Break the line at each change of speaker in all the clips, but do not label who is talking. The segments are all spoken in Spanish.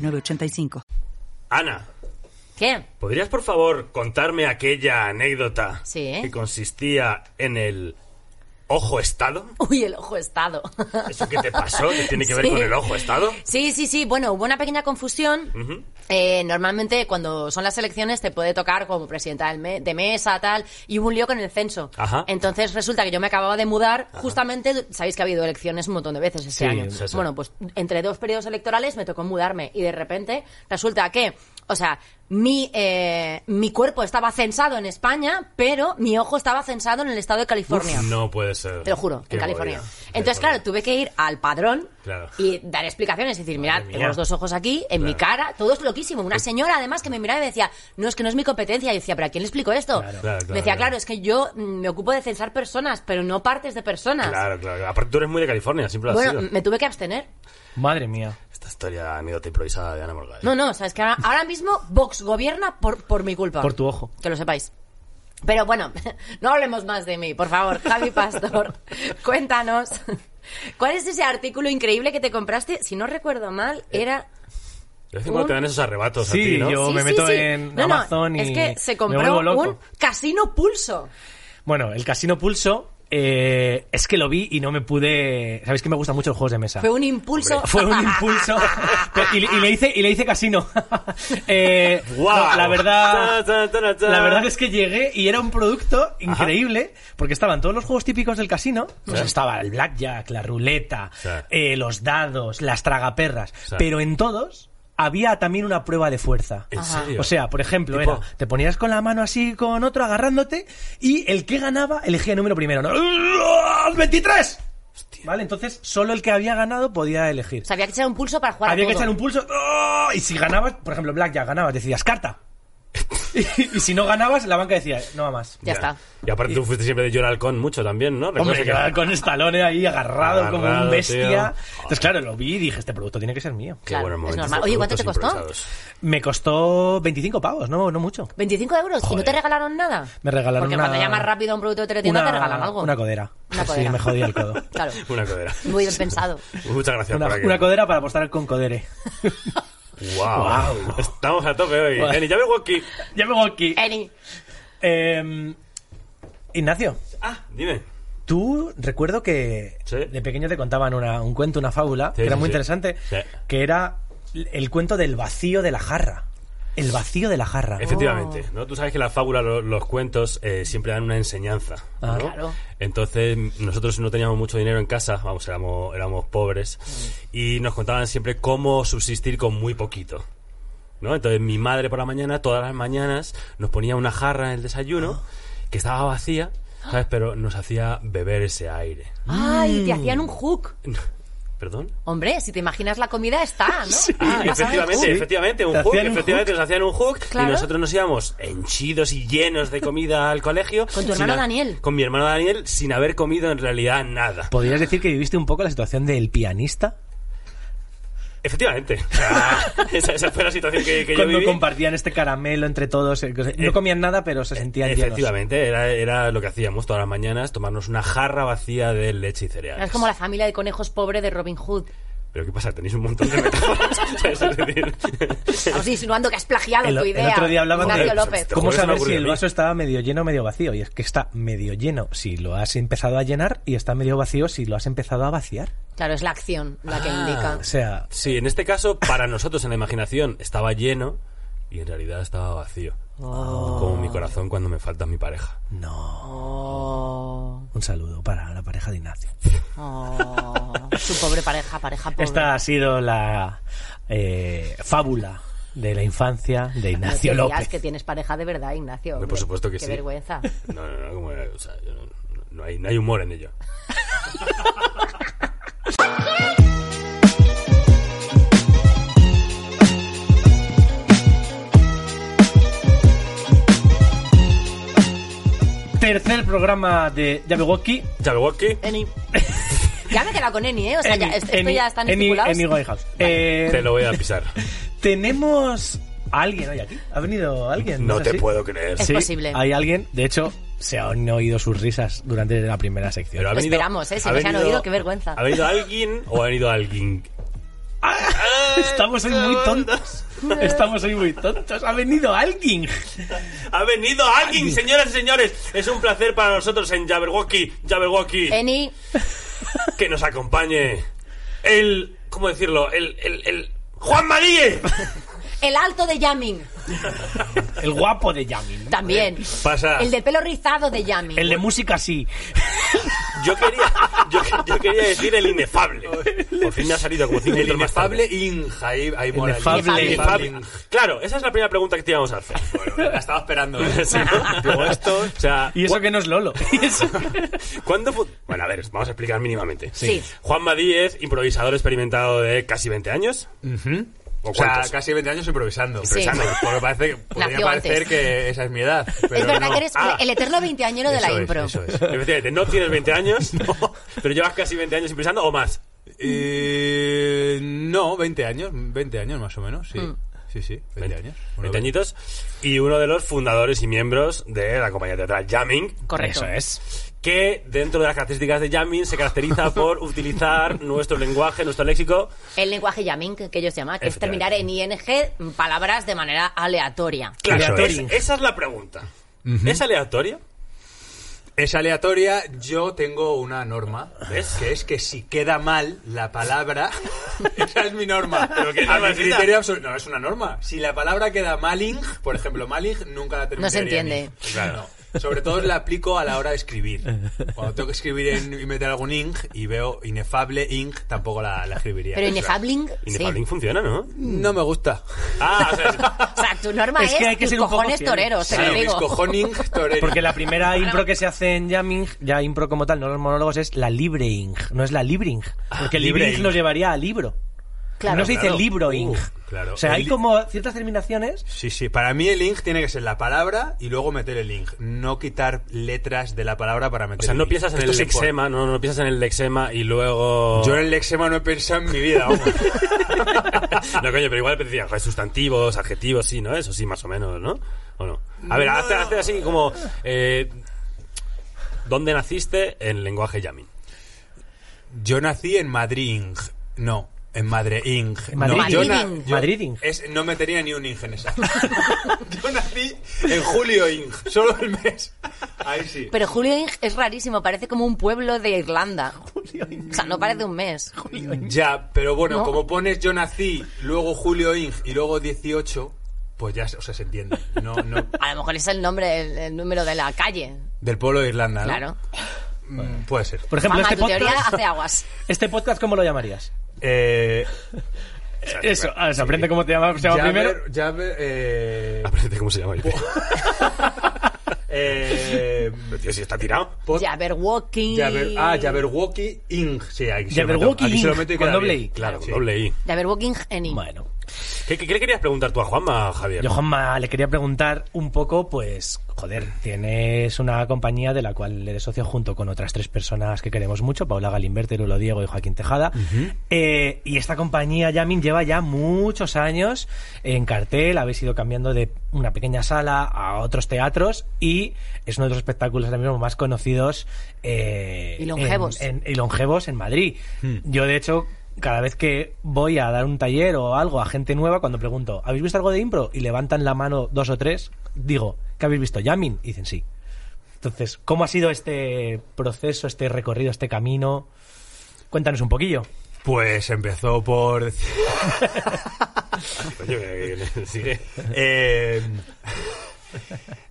985.
Ana,
¿Qué?
¿podrías por favor contarme aquella anécdota
Sí.
que consistía en el ojo estado?
Uy, el ojo estado.
¿Eso que te pasó? ¿Que tiene que ver
Sí.
con el ojo estado?
Sí, sí, sí. Bueno, hubo una pequeña confusión. Eh, normalmente cuando son las elecciones te puede tocar como presidenta del me- de mesa, tal, y hubo un lío con el censo.
Ajá.
Entonces resulta que yo me acababa de mudar, justamente, sabéis que ha habido elecciones un montón de veces este
Sí,
año.
sí, sí.
Bueno, pues entre dos periodos electorales me tocó mudarme y de repente resulta que, o sea, mi, eh, mi cuerpo estaba censado en España, pero mi ojo estaba censado en el estado de California.
No puede ser.
Te lo juro,
Qué
en California.
movida.
Entonces,
Qué
claro,
movida.
tuve que ir al padrón
Claro.
y dar explicaciones. Es decir, mirad,
mía.
tengo los dos ojos aquí, en mi
Claro.
cara, todo es loquísimo. Una señora, además, que me miraba y me decía, no, es que no es mi competencia. Y yo decía, ¿pero a quién le explico esto?
Claro. Claro, claro,
me decía,
claro.
claro. es que yo mm, me ocupo de censar personas, pero no partes de personas.
Claro, claro. Aparte tú eres muy de California, siempre lo has
Bueno,
sido.
me tuve que abstener.
Madre mía.
Esta historia anécdota improvisada de Ana Morgade.
No, no, sabes que ahora, ahora mismo Vox gobierna por, por mi culpa.
Por tu ojo.
Que lo sepáis. Pero bueno, no hablemos más de mí, por favor. Javi Pastor, cuéntanos. ¿Cuál es ese artículo increíble que te compraste? Si no recuerdo mal, era...
De vez en cuando
un-
te dan esos arrebatos a
Sí,
ti, ¿no?
yo- Eh, oh, me meto en
No, no,
Amazon y
Es que se
me vuelvo
compró
loco.
un casino pulso.
Bueno, el Casino Pulso eh, es que lo vi y no me pude... Sabéis que me gustan mucho los juegos de mesa.
Fue un impulso.
Fue un impulso. Pero- y, le- y le hice, y le hice casino. Eh,
¡Guau!
no, la verdad...
Ta, ta, ta, ta.
La verdad es que llegué y era un producto increíble porque estaban todos los juegos típicos del casino. O sea, estaba el blackjack, la ruleta,
Sí.
eh, los dados, las tragaperras.
Sí.
Pero en todos había también una prueba de fuerza.
¿En serio?
O sea, por ejemplo,
Tipo-
era, te ponías con la mano así con otro agarrándote y el que ganaba elegía el número primero. ¿no? ¡23! Vale, entonces solo el que había ganado podía elegir.
O sea, había que echar un pulso para jugar a
Había que
todo.
echar un pulso. ¡oh! Y si ganabas, por ejemplo, Black ya ganabas, decías carta. y, y si no ganabas, la banca decía, no va más.
Ya está.
Y aparte tú fuiste siempre de llorar con mucho también, Pues ¿no? Recuerdo
Hombre,
que-
claro, con Estalone ahí agarrado, como
Agarrado,
un bestia.
tío.
Entonces, claro, lo vi y dije, este producto tiene que ser mío.
Qué
Claro,
buenos
es
momentos
normal.
de
Oye, ¿cuánto te
productos
costó?
improvisados.
Me costó 25 pavos, no, no mucho.
25 euros y no te
Joder.
regalaron nada.
Me regalaron
Porque
una-
cuando llamas rápido a un producto de teletienda te regalan algo.
Una codera.
Una
Sí,
codera.
me jodía el codo.
Claro.
Una codera.
Muy bien pensado.
Muchas gracias
Una,
por aquí.
una codera para apostar con codere.
Wow.
Guau.
Estamos a tope hoy.
Guau.
Jenny, ya vengo aquí.
ya me voy aquí.
Eni.
Eh, Ignacio,
Ah, dime.
tú recuerdo que
Sí.
de pequeño te contaban una- un cuento, una fábula,
Sí,
que era
sí,
muy
sí.
interesante,
Sí.
que era el cuento del vacío de la jarra. El vacío de la jarra.
Efectivamente, ¿no? Tú sabes que las fábulas, lo- los cuentos, eh, siempre dan una enseñanza,
Ah.
¿no?
Claro.
Entonces, nosotros no teníamos mucho dinero en casa, vamos, éramos, éramos pobres, y nos contaban siempre cómo subsistir con muy poquito. ¿no? Entonces mi madre por la mañana, todas las mañanas, nos ponía una jarra en el desayuno que estaba vacía, ¿sabes? Pero nos hacía beber ese aire.
Ay,
Mm.
te hacían un hook.
¿Perdón?
Hombre, si te imaginas la comida, está, ¿no?
Ah,
Ah, vas a ver.
efectivamente,
hook.
efectivamente, un
Te
hook,
hacían un
efectivamente, nos hacían un hook y
Claro.
nosotros nos íbamos henchidos y llenos de comida al colegio.
Con tu
sin
hermano
ha-
Daniel.
Con mi hermano Daniel sin haber comido en realidad nada.
¿Podrías decir que viviste un poco la situación del pianista?
Efectivamente. O sea, esa, esa fue la situación que, que yo
Cuando
viví.
compartían este caramelo entre todos. eh, que se- No comían nada, pero se sentían llenos.
Efectivamente, era, era lo que hacíamos todas las mañanas, tomarnos una jarra vacía de leche y cereales.
Es como la familia de conejos pobre de Robin Hood.
Pero ¿qué pasa? Tenéis un montón de metáforas. ¿Sabes? Es decir,
Estamos insinuando que has plagiado
El,
tu
el
idea.
otro día hablaban
Ignacio
de
López.
Te juro
cómo
que se me
saber
ocurrió
si
a
el
mí.
vaso está medio lleno o medio vacío. Y es que está medio lleno si lo has empezado a llenar y está medio vacío si lo has empezado a vaciar.
Claro, es la acción la que indica.
O sea,
sí, en este caso, para nosotros en la imaginación estaba lleno y en realidad estaba vacío.
Ah.
Como mi corazón cuando me falta mi pareja.
no.
Oh,
Un saludo para la pareja de Ignacio.
oh. Su pobre pareja, pareja pobre.
Esta ha sido la eh, fábula de la infancia de
No te
Ignacio
digas
López.
que tienes pareja de verdad, Ignacio.
Hombre,
hombre.
por supuesto que
Qué
sí.
vergüenza.
No, no, no, como, o sea, yo no, no hay, no hay humor en ello.
tercer programa de Jabberwocky.
Jabberwocky.
Eni. ya me he quedado con Eni, ¿eh? O sea, ya,
Eni-
esto
Eni-
ya están
Eni-
estipulados.
Eni Winehouse. Eh,
Te lo voy a pisar.
Tenemos a alguien hoy aquí. ¿Ha venido alguien?
No
es
te
así?
puedo creer.
Es
Sí,
posible.
Hay alguien, de hecho, se han oído sus risas durante la primera sección.
Pero ha
Lo
venido-
esperamos, ¿eh? Si
ha
nos han
venido-
oído, qué vergüenza.
¿Ha venido alguien o ha venido alguien?
Estamos hoy muy tontos. Estamos hoy muy tontos. Ha venido alguien.
¡Ha venido alguien, señoras y señores! Es un placer para nosotros en Jabberwocky, Jabberwocky,
Eni,
que nos acompañe el... ¿Cómo decirlo? El... el, el ¡Juan Madille!
el alto de Yamin.
El guapo de Yamin. ¿no?
También.
Pasa.
El del pelo rizado de Yamin.
El de música sí.
Yo quería, yo, yo quería decir el inefable. Por fin me ha salido como cinco
El
minutos más tarde.
inefable Inja, ahí, ahí mola.
Inefable.
El
Inefable.
inefable Inja.
Claro, esa es la primera pregunta que te íbamos a hacer.
Bueno, la estaba esperando. ¿eh?
Sí, ¿no?
Digo, esto...
O sea,
Y eso que no es Lolo. Y eso-
¿Cuándo fu- Bueno, a ver, vamos a explicar mínimamente.
Sí.
Juan Madíez, improvisador experimentado de casi 20 años. ¿O
O sea,
cuántos?
casi 20 años improvisando.
Sí.
Improvisando. Porque parece, que- podría
Nació
parecer
antes.
que esa es mi edad. pero
es verdad
no.
que eres
Ah.
el eterno veinteañero de la
Eso es,
impro.
eso es.
Efectivamente, no tienes 20 años, pero llevas casi 20 años improvisando o más.
Eh, no, 20 años, 20 años más o menos, sí.
Mm.
Sí, sí, 20, años. Bueno,
20 añitos. Y uno de los fundadores y miembros de la compañía teatral Jamming,
Correcto.
Eso es.
que dentro de las características de Jamming se caracteriza por utilizar nuestro lenguaje, nuestro léxico.
El lenguaje Yamin, que que ellos llaman, que es terminar en
Efectivamente.
ING palabras de manera aleatoria.
Claro, es-
Aleatorio.
esa es la pregunta. ¿Es aleatoria?
Es aleatoria, yo tengo una norma,
¿Ves?
que es que si queda mal la palabra, esa es mi norma.
¿Pero qué
A
norma
mi
es
criterio absoluto, no es una norma. Si la palabra queda maling, por ejemplo, maling nunca la terminaría.
No se entiende.
en ing. Claro. Sobre todo la aplico a la hora de escribir. Cuando tengo que escribir en- y meter algún ing y veo inefable ing, tampoco la, la escribiría.
Pero inefabling,
Inefabling
sí.
funciona, ¿no?
No me gusta.
Ah, o sea,
O sea, tu norma
Es
es,
que hay que
tus
ser un poco
cojones
fiel. ¿eh?
toreros, te
Claro,
lo
mis
digo.
cojoning torero.
Porque la primera impro que se hace en Yamin, ya impro como tal, no los monólogos, es la libre ing, no es la libring. Porque
libre
libring
ing.
nos llevaría a libro.
Claro.
no se dice
Claro.
libro ing.
Uh, claro.
O sea, hay
El-
como ciertas terminaciones
Sí, sí. Para mí el link tiene que ser la palabra y luego meter el link. No quitar letras de la palabra para meter
o sea,
el
no
link.
piensas en
Esto
el
es impor-
lexema, no, no piensas en el lexema y luego...
Yo en el lexema no he pensado en mi vida, vamos.
No, coño, pero igual decía, joder, sustantivos, adjetivos, sí, ¿no? Eso sí, más o menos, ¿no? ¿O no? A ver, hazte, hazte así como... eh, ¿Dónde naciste en lenguaje Yamin?
Yo nací en Madrid. ing. No, en Madre ing.
Madrid
No, yo
ing.
na-
Madrid
yo-
Madrid ing.
es- no me tenía ni un ing en esa. yo nací en julio ing. Solo el mes. Ahí sí.
Pero Julio Ing es rarísimo, parece como un pueblo de Irlanda. O sea, no parece un mes.
Ya, pero bueno,
No.
como pones yo nací, luego Julio Ing y luego 18, pues ya, o sea, se entiende. No, no,
A lo mejor es el nombre, el, el número de la calle.
del pueblo de Irlanda, ¿no?
Claro.
Mm, puede ser.
Por ejemplo,
Juanma,
este
tu teoría
podcast,
hace aguas.
este podcast, ¿cómo lo llamarías?
Eh,
Eso, ah, se aprende cómo te llama, se llama
ya
primero.
ver- ya ver, eh,
Aprende cómo se llama el
eh,
Pero, tío, si está tirado.
pod-
Jabberwocky.
Jaber- ah, Jabberwocky Ing. Sí, ahí se lo meto.
Jabberwocky
Aquí se lo
Ing,
meto y
con
queda
doble
bien.
I.
Claro, con
sí.
doble I.
Jabberwocky en Ing.
Bueno,
¿Qué, qué, qué le querías preguntar tú a Juanma, Javier?
yo Juanma le quería preguntar un poco, pues, joder, tienes una compañía de la cual eres socio junto con otras tres personas que queremos mucho, Paula Galimberti, Lulo Diego y Joaquín Tejada. Eh, y esta compañía, Yamin, lleva ya muchos años en cartel, habéis ido cambiando de una pequeña sala a otros teatros y es uno de los espectáculos ahora mismo más conocidos eh,
Y longevos.
en- en- y longevos en Madrid.
Hmm.
Yo, de hecho, cada vez que voy a dar un taller o algo a gente nueva, cuando pregunto, ¿habéis visto algo de impro? Y levantan la mano dos o tres, digo, ¿qué habéis visto? ¿Yamin? Y dicen sí. Entonces, ¿cómo ha sido este proceso, este recorrido, este camino? Cuéntanos un poquillo.
Pues empezó por decir-
Coño, que- que- sigue.
Eh,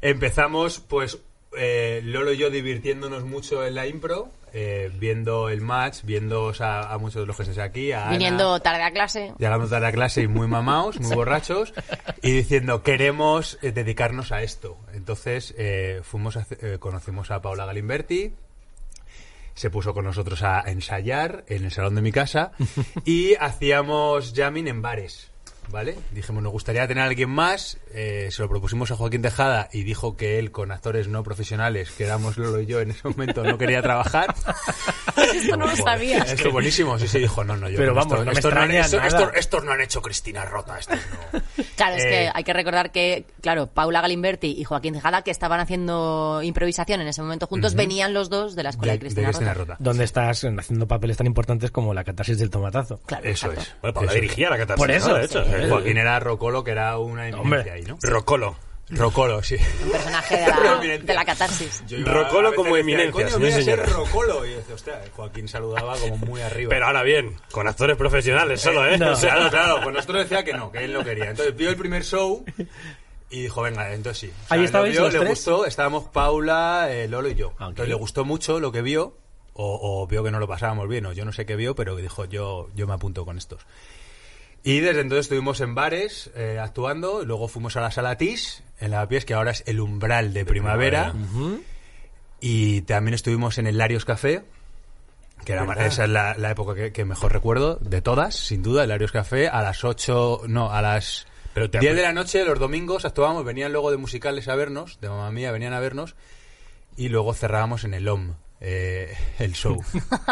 empezamos, pues, eh, Lolo y yo divirtiéndonos mucho en la impro, eh, viendo el match, viendo a, a muchos de los que estáis aquí, a Ana,
Viniendo tarde a clase.
llegando tarde a la clase y muy mamaos, muy borrachos, y diciendo, queremos eh, dedicarnos a esto. Entonces, eh, fuimos a hace- eh, conocimos a Paula Galimberti, se puso con nosotros a ensayar en el salón de mi casa, y hacíamos jamming en bares. ¿vale? Dijimos, nos gustaría tener a alguien más. eh, se lo propusimos a Joaquín Tejada y dijo que él, con actores no profesionales, que éramos Lolo y yo en ese momento, no quería trabajar.
Esto no lo
pues,
sabía.
Esto es buenísimo. Sí, sí, dijo, no, no, yo.
Pero
no,
vamos,
esto-
no me
esto han-
extraña
esto-
nada.
esto- Estos no han hecho Cristina Rota, estos no.
Claro, es que
Eh,
hay que recordar que, claro, Paula Galimberti y Joaquín Tejada, que estaban haciendo improvisación en ese momento juntos, venían los dos de la escuela de, Cristina, Rota.
Donde estás haciendo papeles tan importantes como la catarsis del tomatazo.
Claro,
Eso
exacto.
es.
Bueno, Paula
Eso es.
dirigía la catarsis.
Por eso,
¿no? De hecho,
sí.
eh,
Joaquín era Rocolo, que era una
Hombre.
eminencia ahí, ¿no?
Rocolo.
Rocolo, sí.
Un personaje de la,
Prominente.
de la catarsis.
Yo
Rocolo
a veces
como
decía,
eminencia,
"Coño,
sí,
voy a
señora".
ser Rocolo. Y yo decía, hostia, Joaquín saludaba como muy arriba.
Pero ahora bien, con actores profesionales solo, ¿eh?
No.
O sea,
claro, claro, pues nosotros decía que no, que él no quería. Entonces vio el primer show y dijo, venga, entonces sí. O sea,
Ahí
lo
estabais
vio,
los
le
tres.
gustó, estábamos Paula, eh, Lolo y yo.
Ah, ok.
Entonces le gustó mucho lo que vio, o, o vio que no lo pasábamos bien, o yo no sé qué vio, pero dijo, yo, yo me apunto con estos. Y desde entonces estuvimos en bares eh, actuando, luego fuimos a la sala TIS, en la Pies, que ahora es el umbral de, primavera. Y también estuvimos en el Larios Café, que era,
¿Verdad?
esa es la, la época que, que mejor recuerdo de todas, sin duda, el Larios Café, a las 8, no, a las
Pero te
10 de
acuer-
la noche, los domingos, actuábamos, venían luego de musicales a vernos, de mamá mía venían a vernos, y luego cerrábamos en el OM. eh, el show.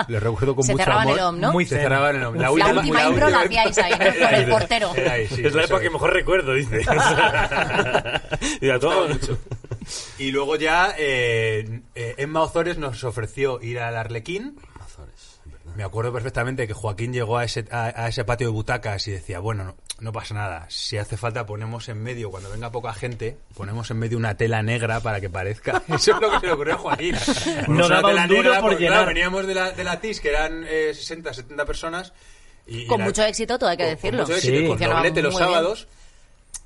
Lo recuerdo con
Se
mucho
cerraba en
amor.
el OM, ¿no?
Muy
se
zen.
cerraba en el OM.
La última impro la hacíais ahí, ¿no? Con
Era ahí,
el portero.
era ahí, sí,
es la
eso
época que
es.
mejor recuerdo, dice. y a todo mucho.
Y luego ya eh, eh, Emma Ozores nos ofreció ir al Arlequín. Me acuerdo perfectamente que Joaquín llegó a ese, a, a ese patio de butacas y decía, bueno, no, no pasa nada, si hace falta ponemos en medio, cuando venga poca gente, ponemos en medio una tela negra para que parezca... Eso es lo que se le ocurrió a Joaquín. Ponemos
No
una
daba
tela
un duro por
porque, claro,
llenar.
veníamos de la, de la TIS, que eran eh, 60, 70 personas. Y, y
Con
la-
mucho éxito, todo hay que
con-
decirlo.
Con, mucho éxito,
Sí.
con
Funcionaba
doblete los
muy bien.
sábados.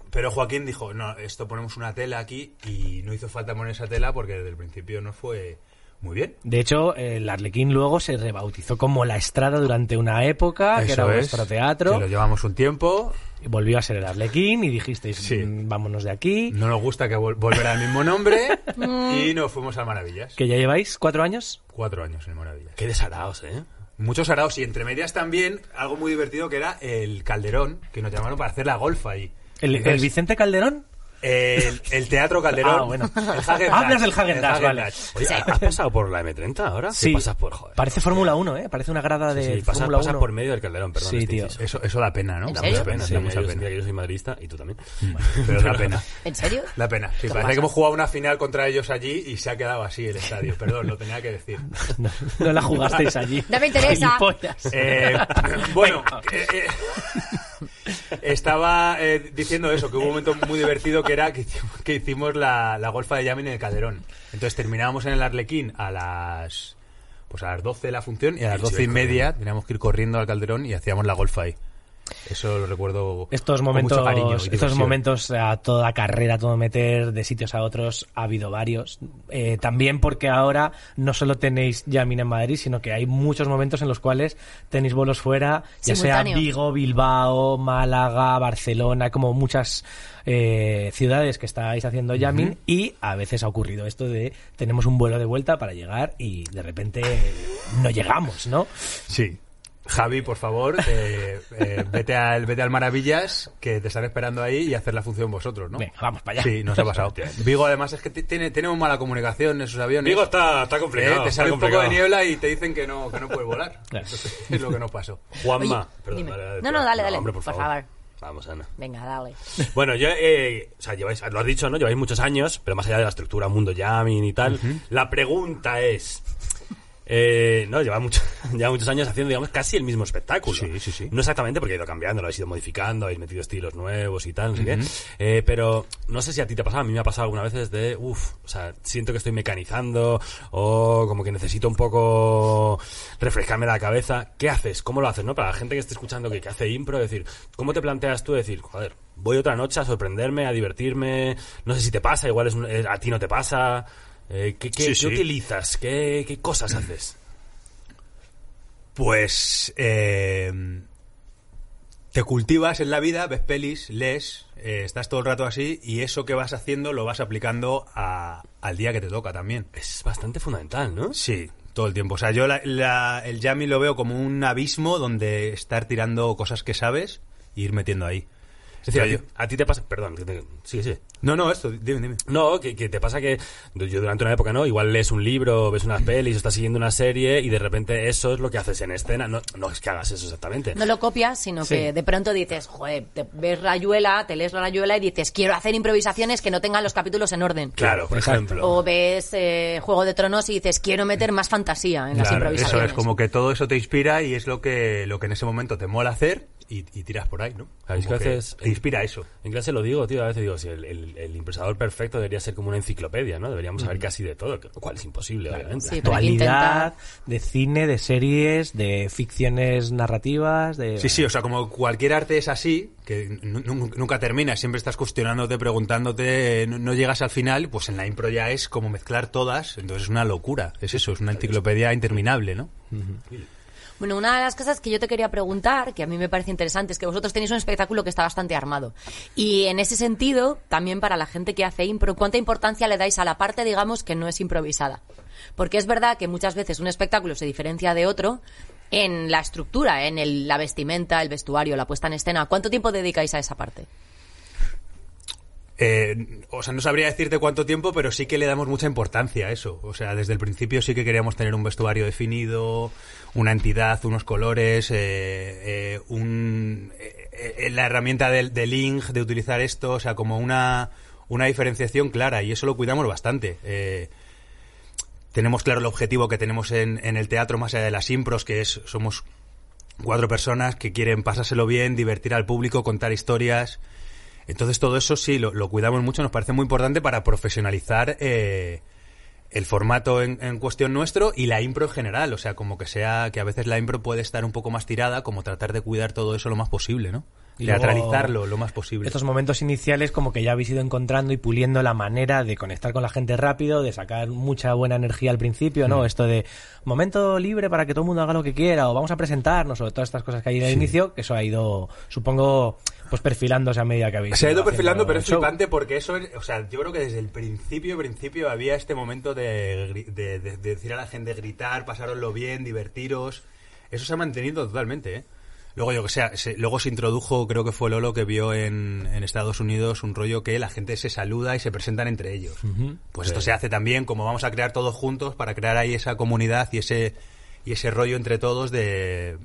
Pero Joaquín dijo, no, esto ponemos una tela aquí y no hizo falta poner esa tela porque desde el principio no fue muy bien.
De hecho, el Arlequín luego se rebautizó como La Estrada durante una
Ah,
época, que era
Eso
vuestro teatro.
Que lo llevamos un tiempo.
Y Volvió a ser el Arlequín y dijisteis,
Sí.
"Mm, vámonos de aquí.
No nos gusta que vol- volviera al mismo nombre
Mm.
y nos fuimos al Maravillas.
Que ya lleváis cuatro años.
Cuatro años en el Maravillas.
Qué desaraos, ¿eh?
Muchos araos y entre medias también algo muy divertido que era el Calderón, que nos llamaron para hacer la golfa ahí.
¿El, el
Entonces,
Vicente Calderón?
el- el Teatro Calderón.
Ah, bueno.
El Häagen-Dazs.
Hablas del
El
Häagen-Dazs, vale.
Häagen-Dazs.
Oye, ¿has pasado por la M30 ahora? pasas por, joder.
Parece Fórmula 1, ¿eh? Parece una grada
Sí,
de
sí, pasas,
Fórmula
pasas
1.
por medio del Calderón, perdón.
Sí,
este
tío.
inciso.
Eso, eso da pena, ¿no?
¿En
Da
serio?
mucha pena,
Sí,
da
mira,
mucha
yo,
pena.
mira que yo soy madridista y tú también.
Pero da pena.
¿En serio?
Da pena. Sí,
¿Qué
parece
pasa?
que hemos jugado una final contra ellos allí y se ha quedado así el estadio. Perdón, lo tenía que decir.
No, no la jugasteis allí.
No me interesa.
Gilipollas.
Eh, bueno, eh, eh, estaba eh, diciendo eso, que hubo un momento muy divertido que era que hicimos, que hicimos la, la golfa de Yamin en el Calderón. Entonces terminábamos en el Arlequín a las pues a las 12 de la función y a las
Y se
12 y
iba
media
corriendo.
teníamos que ir corriendo al Calderón y hacíamos la golfa ahí. Eso lo recuerdo
Estos
con mucho
momentos,
cariño y
estos
diversión.
momentos a toda carrera, todo meter de sitios a otros, ha habido varios. Eh, también porque ahora no solo tenéis Yamin en Madrid, sino que hay muchos momentos en los cuales tenéis bolos fuera, ya
Simultáneo.
sea Vigo, Bilbao, Málaga, Barcelona, como muchas eh, ciudades que estáis haciendo Yamin. Y a veces ha ocurrido esto de tenemos un vuelo de vuelta para llegar y de repente no llegamos, ¿no?
Sí. Javi, por favor, eh, eh, vete, al, vete al Maravillas, que te están esperando ahí y hacer la función vosotros, ¿no?
Venga, vamos para allá.
Sí, nos ha pasado. Vigo, además, es que t- tiene, tenemos mala comunicación en sus aviones.
Vigo está, está
Eh,
complicado.
te
está
sale un poco de
complicado.
niebla y te dicen que no, que no puedes volar.
Claro.
Entonces, es lo que nos pasó.
Juanma.
Oye,
Perdón,
dime.
dale, dale,
No,
tío.
no, dale, dale,
hombre, por,
por
favor.
favor.
Vamos, Ana.
Venga, dale.
Bueno, yo, eh, o sea, lleváis, lo has dicho, ¿no? Lleváis muchos años, pero más allá de la estructura Mundo Yamin y tal, la pregunta es... eh, no, lleva, mucho, lleva muchos años haciendo, digamos, casi el mismo espectáculo.
Sí, sí, sí.
No exactamente, porque ha ido cambiando, lo habéis ido modificando, habéis metido estilos nuevos y tal, no sé qué. Eh, pero no sé si a ti te ha pasado, a mí me ha pasado algunas veces de, uff, o sea, siento que estoy mecanizando o como que necesito un poco refrescarme la cabeza. ¿Qué haces? ¿Cómo lo haces? ¿No? Para la gente que esté escuchando que, que hace impro, decir, ¿cómo te planteas tú decir, joder, voy otra noche a sorprenderme, a divertirme? No sé si te pasa, igual es, un- eh, a ti no te pasa. Eh, ¿Qué, qué-
Sí,
qué
sí.
utilizas? ¿Qué, qué cosas haces?
Pues eh, te cultivas en la vida, ves pelis, lees, eh, estás todo el rato así y eso que vas haciendo lo vas aplicando a- al día que te toca también.
Es bastante fundamental, ¿no?
Sí, todo el tiempo. O sea, yo la- la- el jamming lo veo como un abismo donde estar tirando cosas que sabes e ir metiendo ahí.
Es decir, a
Pero
ti, a ti te pasa. Perdón, que te- sí, sí.
No, no, esto, dime, dime.
No, que, que te pasa que yo durante una época no, igual lees un libro, ves unas pelis, o estás siguiendo una serie y de repente eso es lo que haces en escena. No, no es que hagas eso exactamente.
No lo copias, sino
Sí.
que de pronto dices, joder, te ves Rayuela, te lees Rayuela y dices, quiero hacer improvisaciones que no tengan los capítulos en orden.
Claro, por
Exacto.
ejemplo.
O ves eh, Juego de Tronos y dices, quiero meter más fantasía en
Claro,
las
Eso
improvisaciones.
es, como que todo eso te inspira y es lo que, lo que en ese momento te mola hacer y, y tiras por ahí, ¿no?
¿Sabéis
Como
qué
que
haces?
Te inspira eso.
En clase lo digo, tío, a veces digo, si el, el, el impresador perfecto debería ser como una enciclopedia, ¿no? Deberíamos saber casi de todo, lo cual es imposible, obviamente.
Sí, pero hay que
Actualidad, de cine, de series, de ficciones narrativas, de...
Sí, sí, o sea, como cualquier arte es así, que nu- nu- nunca termina, siempre estás cuestionándote, preguntándote, no, no llegas al final, pues en la impro ya es como mezclar todas, entonces es una locura, es eso, es una enciclopedia interminable, ¿no?
Bueno, una de las cosas que yo te quería preguntar, que a mí me parece interesante, es que vosotros tenéis un espectáculo que está bastante armado. Y en ese sentido, también para la gente que hace impro, ¿cuánta importancia le dais a la parte, digamos, que no es improvisada? Porque es verdad que muchas veces un espectáculo se diferencia de otro en la estructura, en el- la vestimenta, el vestuario, la puesta en escena. ¿Cuánto tiempo dedicáis a esa parte?
Eh, o sea, no sabría decirte cuánto tiempo, pero sí que le damos mucha importancia a eso. O sea, desde el principio sí que queríamos tener un vestuario definido, una entidad, unos colores, eh, eh, un, eh, eh, la herramienta del, del link, de utilizar esto, o sea, como una, una diferenciación clara y eso lo cuidamos bastante. Eh, tenemos claro el objetivo que tenemos en, en el teatro, más allá de las impros, que es somos cuatro personas que quieren pasárselo bien, divertir al público, contar historias. Entonces todo eso sí, lo, lo cuidamos mucho, nos parece muy importante para profesionalizar eh, el formato en, en cuestión nuestro y la impro en general. O sea, como que sea que a veces la impro puede estar un poco más tirada, como tratar de cuidar todo eso lo más posible, ¿no?
Y luego-
Teatralizarlo lo más posible.
Estos momentos iniciales como que ya habéis ido encontrando y puliendo la manera de conectar con la gente rápido, de sacar mucha buena energía al principio,
Mm.
¿no? Esto de momento libre para que todo el mundo haga lo que quiera o vamos a presentarnos o todas estas cosas que hay al inicio, que eso ha ido, supongo, pues perfilándose a medida que habéis
Se ha ido
haciendo
perfilando, pero
el
es
show.
flipante porque eso, es- o sea, yo creo que desde el principio, principio había este momento de, gri- de- de- de decir a la gente gritar, pasároslo bien, divertiros. Eso se ha mantenido totalmente, ¿eh? Luego, yo que sea, se- luego se introdujo, creo que fue Lolo que vio en, en Estados Unidos un rollo que la gente se saluda y se presentan entre ellos. Pues esto se hace también, como vamos a crear todos juntos para crear ahí esa comunidad y ese, y ese rollo entre todos de,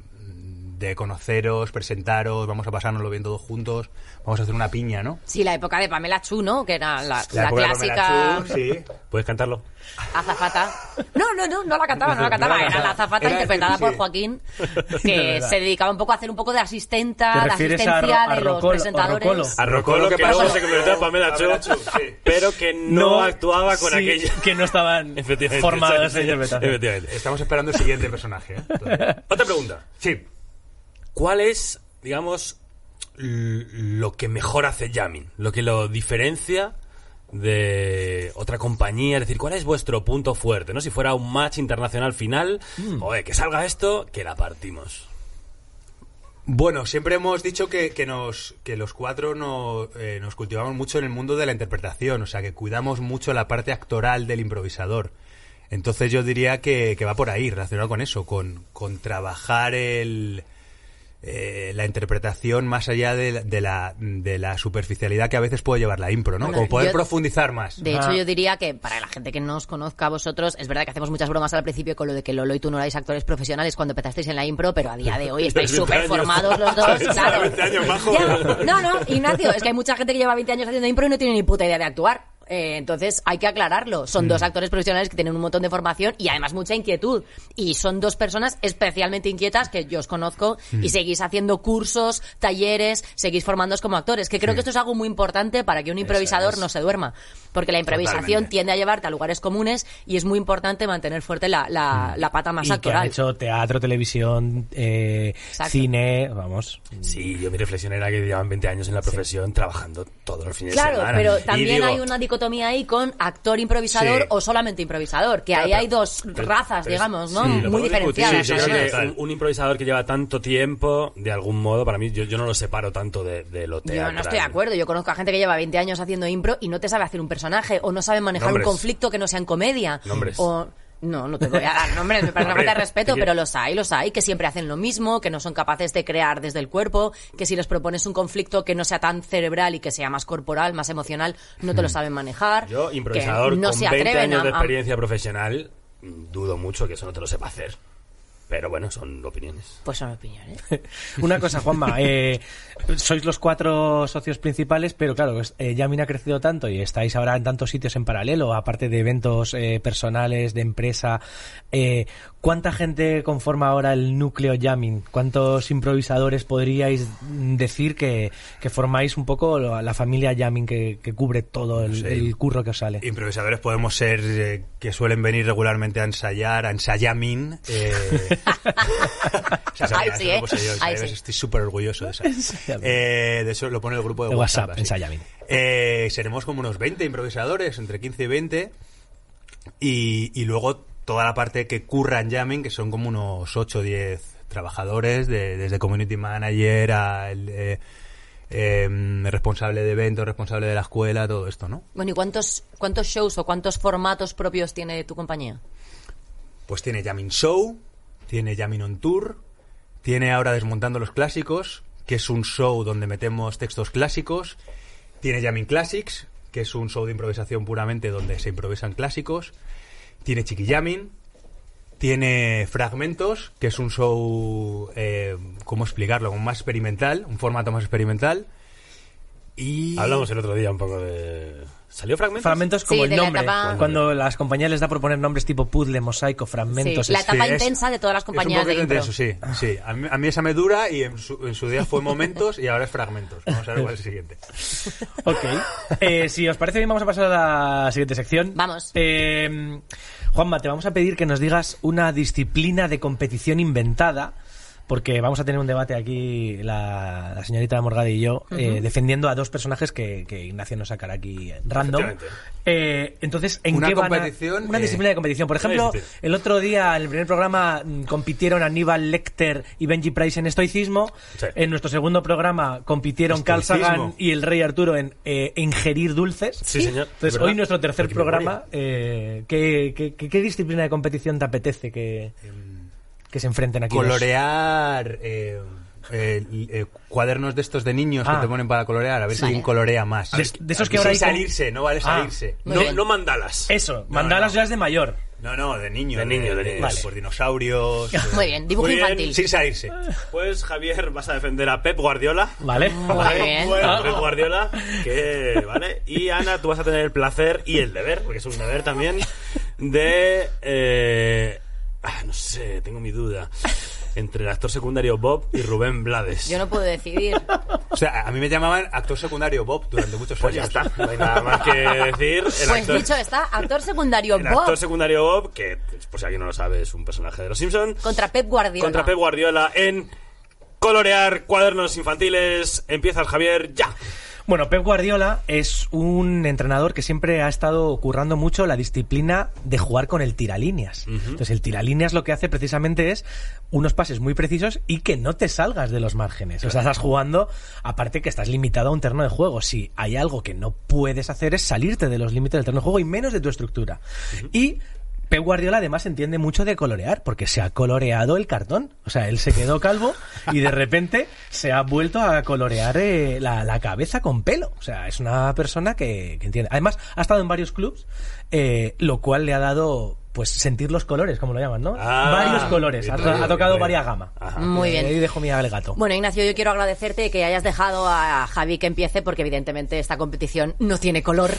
de conoceros, presentaros, vamos a pasárnoslo bien todos juntos, vamos a hacer una piña, ¿no?
Sí, la época de Pamela Chu, ¿no? Que era la, la
época de Pamela
clásica
Chu, sí.
¿Puedes cantarlo?
azafata. No, no, no, no la cantaba, no la cantaba. Era la azafata
Era-
interpretada
sí.
por Joaquín,
De
que
verdad.
se dedicaba un poco a hacer un poco de
¿Te
asistenta, de
refieres a
asistencia
Ro- a
de los
Rocolo- a Rocolo?
presentadores.
A Rocolo, que luego se convirtió en Pamela Chu, pero que no, actuaba con
sí,
aquella...
que no estaban
Efectivamente,
formados
sí,
en
sí,
interpretación.
efectivamente.
Estamos esperando el siguiente personaje. ¿eh? Todavía.
Otra pregunta.
Sí.
¿Cuál es, digamos, l- lo que mejor hace Yamin? Lo que lo diferencia de otra compañía, es decir, ¿cuál es vuestro punto fuerte? ¿No? Si fuera un match internacional final, joder, que salga esto, que la partimos.
Bueno, siempre hemos dicho que, que nos, que los cuatro no, eh, nos cultivamos mucho en el mundo de la interpretación, o sea, que cuidamos mucho la parte actoral del improvisador. Entonces yo diría que, que va por ahí, relacionado con eso, con, con trabajar el, eh, la interpretación más allá de, la- de la, de la superficialidad que a veces puede llevar la impro, ¿no?
Bueno,
Como poder
yo-
profundizar más.
De hecho, yo diría que para la gente que no os conozca a vosotros, es verdad que hacemos muchas bromas al principio con lo de que Lolo y tú no erais actores profesionales cuando empezasteis en la impro, pero a día de hoy estáis
20
súper
años.
formados los dos, claro.
20 años, majo.
Ya, No, no, Ignacio, es que hay mucha gente que lleva 20 años haciendo impro y no tiene ni puta idea de actuar. Eh, entonces hay que aclararlo.
Mm.
Son dos actores profesionales que tienen un montón de formación y además mucha inquietud. Y son dos personas especialmente inquietas que yo os conozco
Mm.
y seguís haciendo cursos, talleres, seguís formándoos como actores. Que creo que esto es algo muy importante para que un improvisador no se duerma. Porque la improvisación
Totalmente.
tiende a llevarte a lugares comunes y es muy importante mantener fuerte la, la, la pata más
Mm. Y que han
actoral.
hecho teatro, televisión, eh,
Exacto.
cine, vamos.
Sí, yo mi reflexión era que llevan 20 años en la profesión trabajando todos los fines de
Claro,
semana.
pero
Y
también
digo,
hay una dicotomía ahí con actor improvisador
Sí.
o solamente improvisador, que ahí
pero-
hay dos razas,
pero es-
digamos, ¿no?
sí, lo
Muy
podemos
Sí,
diferenciadas.
sí,
yo
¿no?
sí,
creo que
total.
un, un improvisador que lleva tanto tiempo, de algún modo, para mí, yo, yo no lo separo tanto de, de lo
Yo
teatral.
no estoy de acuerdo. Yo conozco a gente que lleva 20 años haciendo impro y no te sabe hacer un personaje o no sabe manejar
Nombres.
un conflicto que no sea en comedia.
Nombres.
O... No, no te voy a dar nombres, me parece una falta de respeto, pero los hay, los hay, que siempre hacen lo mismo, que no son capaces de crear desde el cuerpo, que si les propones un conflicto que no sea tan cerebral y que sea más corporal, más emocional, no te lo saben manejar.
Hmm. Yo, improvisador
que no
con
se
20
atreven
años
a-
de
a-
experiencia profesional, dudo mucho que eso no te lo sepa hacer. Pero bueno, son opiniones.
Pues son opiniones.
Una cosa, Juanma, eh, sois los cuatro socios principales, pero claro, es- eh, Yamin ha crecido tanto y estáis ahora en tantos sitios en paralelo, aparte de eventos eh, personales, de empresa. eh, ¿Cuánta gente conforma ahora el núcleo Yamin? ¿Cuántos improvisadores podríais mm, decir que, que formáis un poco lo- la familia Yamin que, que cubre todo el,
Sí.
el curro que os sale?
Improvisadores podemos ser eh, que sueelen venir regularmente a ensayar, a ensayamin. Eh,
Ay, sí,
eso
¿eh?
lo puse yo,
Ay,
¿sabes?
sí.
Estoy súper orgulloso de eso.
Ensayamin.
Eh, de eso lo pone el grupo de,
De WhatsApp,
así.
ensayamin.
Eh, seremos como unos 20 improvisadores, entre 15 y 20. Y, y luego toda la parte que curra en Yamin, que son como unos 8 o 10 trabajadores, de- desde community manager a el, eh, em, responsable de eventos, responsable de la escuela, todo esto, ¿no?
Bueno, ¿y cuántos, cuántos shows o cuántos formatos propios tiene tu compañía?
Pues tiene Yamin Show, tiene Yamin on Tour, tiene ahora Desmontando los Clásicos, que es un show donde metemos textos clásicos, tiene Yamin Classics, que es un show de improvisación puramente donde se improvisan clásicos, tiene Chiqui Yamin, tiene Fragmentos, que es un show, eh, ¿cómo explicarlo? Como Más experimental, un formato más experimental. Y...
Hablamos el otro día un poco de... ¿Salió fragmentos?
Fragmentos como
Sí,
el
de la
nombre.
etapa-
Cuando las compañías les da por poner nombres tipo puzzle, mosaico, fragmentos,
Sí, la
es-
etapa
Sí, es-
intensa de todas las
es un
compañías de
poquito
impro.
intenso, sí, sí. A mí, a mí esa me dura y en su, en su día fue momentos y ahora es fragmentos. Vamos a ver cuál es el siguiente.
Ok. Eh, si os parece bien, vamos a pasar a la siguiente sección.
Vamos.
Eh, Juanma, te vamos a pedir que nos digas una disciplina de competición inventada. Porque vamos a tener un debate aquí, la, la señorita Morgade y yo, eh, defendiendo a dos personajes que, que Ignacio nos sacará aquí random.
Efectivamente.
Eh, entonces, ¿en
Una
qué van a-
competición,
Una
eh,
disciplina de competición. Por ejemplo,
disciplina.
el otro día, en el primer programa, mm, compitieron Aníbal Lecter y Benji Price en estoicismo.
Sí.
En nuestro segundo programa compitieron Carl
Estoicismo.
Sagan y el rey Arturo en eh, ingerir dulces.
Sí, señor.
Entonces,
¿Verdad?
hoy nuestro tercer
Porque me
programa, eh, ¿qué, qué, qué- qué disciplina de competición te apetece que,
Em,
que se enfrenten aquí? los-
Colorear eh, eh, eh, cuadernos de estos de niños
Ah.
que te ponen para colorear, a ver
Vale.
quién colorea más.
De- de esos
A ver,
que ahora
sin
hay con-
salirse, no
Ah,
vale salirse.
Muy
No,
bien.
no mandalas.
Eso,
No,
mandar las
no.
de mayor.
No, no, de niños.
De niños, de niños.
Vale. Por dinosaurios. eh,
Muy bien, dibujo
Muy bien,
infantil.
Sin salirse.
Pues Javier, vas a defender a Pep Guardiola.
¿Vale?
Muy bien.
Bueno, Pep Guardiola, que, ¿vale? Y Ana, tú vas a tener el placer y el deber, porque es un deber también, de... eh, ah, no sé, tengo mi duda. Entre el actor secundario Bob y Rubén Blades.
Yo no puedo decidir.
O sea, a mí me llamaban actor secundario Bob durante muchos
Pues ya
años.
está, no hay nada más que decir. El
Pues
actor-
dicho está, actor secundario
El actor
Bob
secundario Bob, que pues, por si alguien no lo sabe, es un personaje de Los Simpson,
contra Pep Guardiola.
contra Pep Guardiola en colorear cuadernos infantiles. Empieza el Javier ya.
Bueno, Pep Guardiola es un entrenador que siempre ha estado currando mucho la disciplina de jugar con el tiralíneas. Entonces, el tiralíneas lo que hace precisamente es unos pases muy precisos y que no te salgas de los márgenes. O sea, estás jugando, aparte que estás limitado a un terreno de juego. Si hay algo que no puedes hacer es salirte de los límites del terreno de juego y menos de tu estructura. Y Pep Guardiola además entiende mucho de colorear, porque se ha coloreado el cartón. O sea, él se quedó calvo y de repente se ha vuelto a colorear eh, la, la cabeza con pelo. O sea, es una persona que, que entiende. Además, ha estado en varios clubs, eh, lo cual le ha dado, pues, sentir los colores, como lo llaman, ¿no?
Ah,
varios colores.
bien
Ha,
traído,
ha tocado
bien
varias
traído.
gamas.
Ajá.
Muy bien.
Ahí dejo mi alegato.
Bueno, Ignacio, yo quiero agradecerte que hayas dejado a Javi que empiece, porque evidentemente esta competición no tiene color.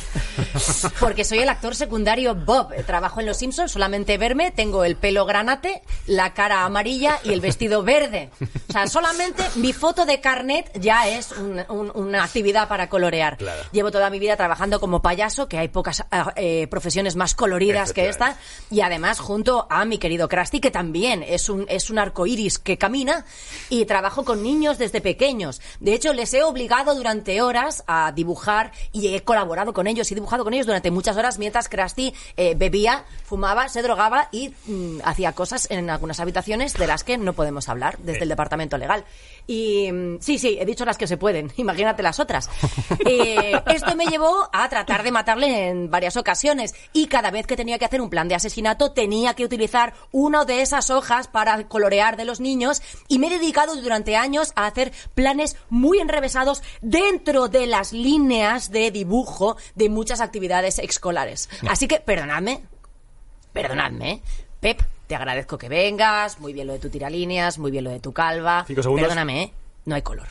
Porque soy el actor secundario Bob. Trabajo en Los Simpsons, solamente verme, tengo el pelo granate, la cara amarilla y el vestido verde. O sea, solamente mi foto de carnet ya es un- un- una actividad para colorear.
Claro.
Llevo toda mi vida trabajando como payaso, que hay pocas ah, eh, profesiones más coloridas que esta.
Efectivamente.
Y además, junto a mi querido Krusty, que también es un, es un arco que camina, y trabajo con niños desde pequeños. De hecho, les he obligado durante horas a dibujar y he colaborado con ellos, he dibujado con ellos durante muchas horas mientras Krusty eh, bebía, fumaba, se drogaba y mm, hacía cosas en algunas habitaciones de las que no podemos hablar desde el departamento legal. Y mm, sí, sí, he dicho las que se pueden, imagínate las otras. Eh, esto me llevó a tratar de matarle en varias ocasiones y cada vez que tenía que hacer un plan de asesinato, Chinato tenía que utilizar una de esas hojas para colorear de los niños y me he dedicado durante años a hacer planes muy enrevesados dentro de las líneas de dibujo de muchas actividades escolares. Así que perdonadme, perdonadme, ¿eh? Pep, te agradezco que vengas, muy bien lo de tu tiralíneas, muy bien lo de tu calva.
Cinco segundos.
Perdóname, ¿eh? no hay color.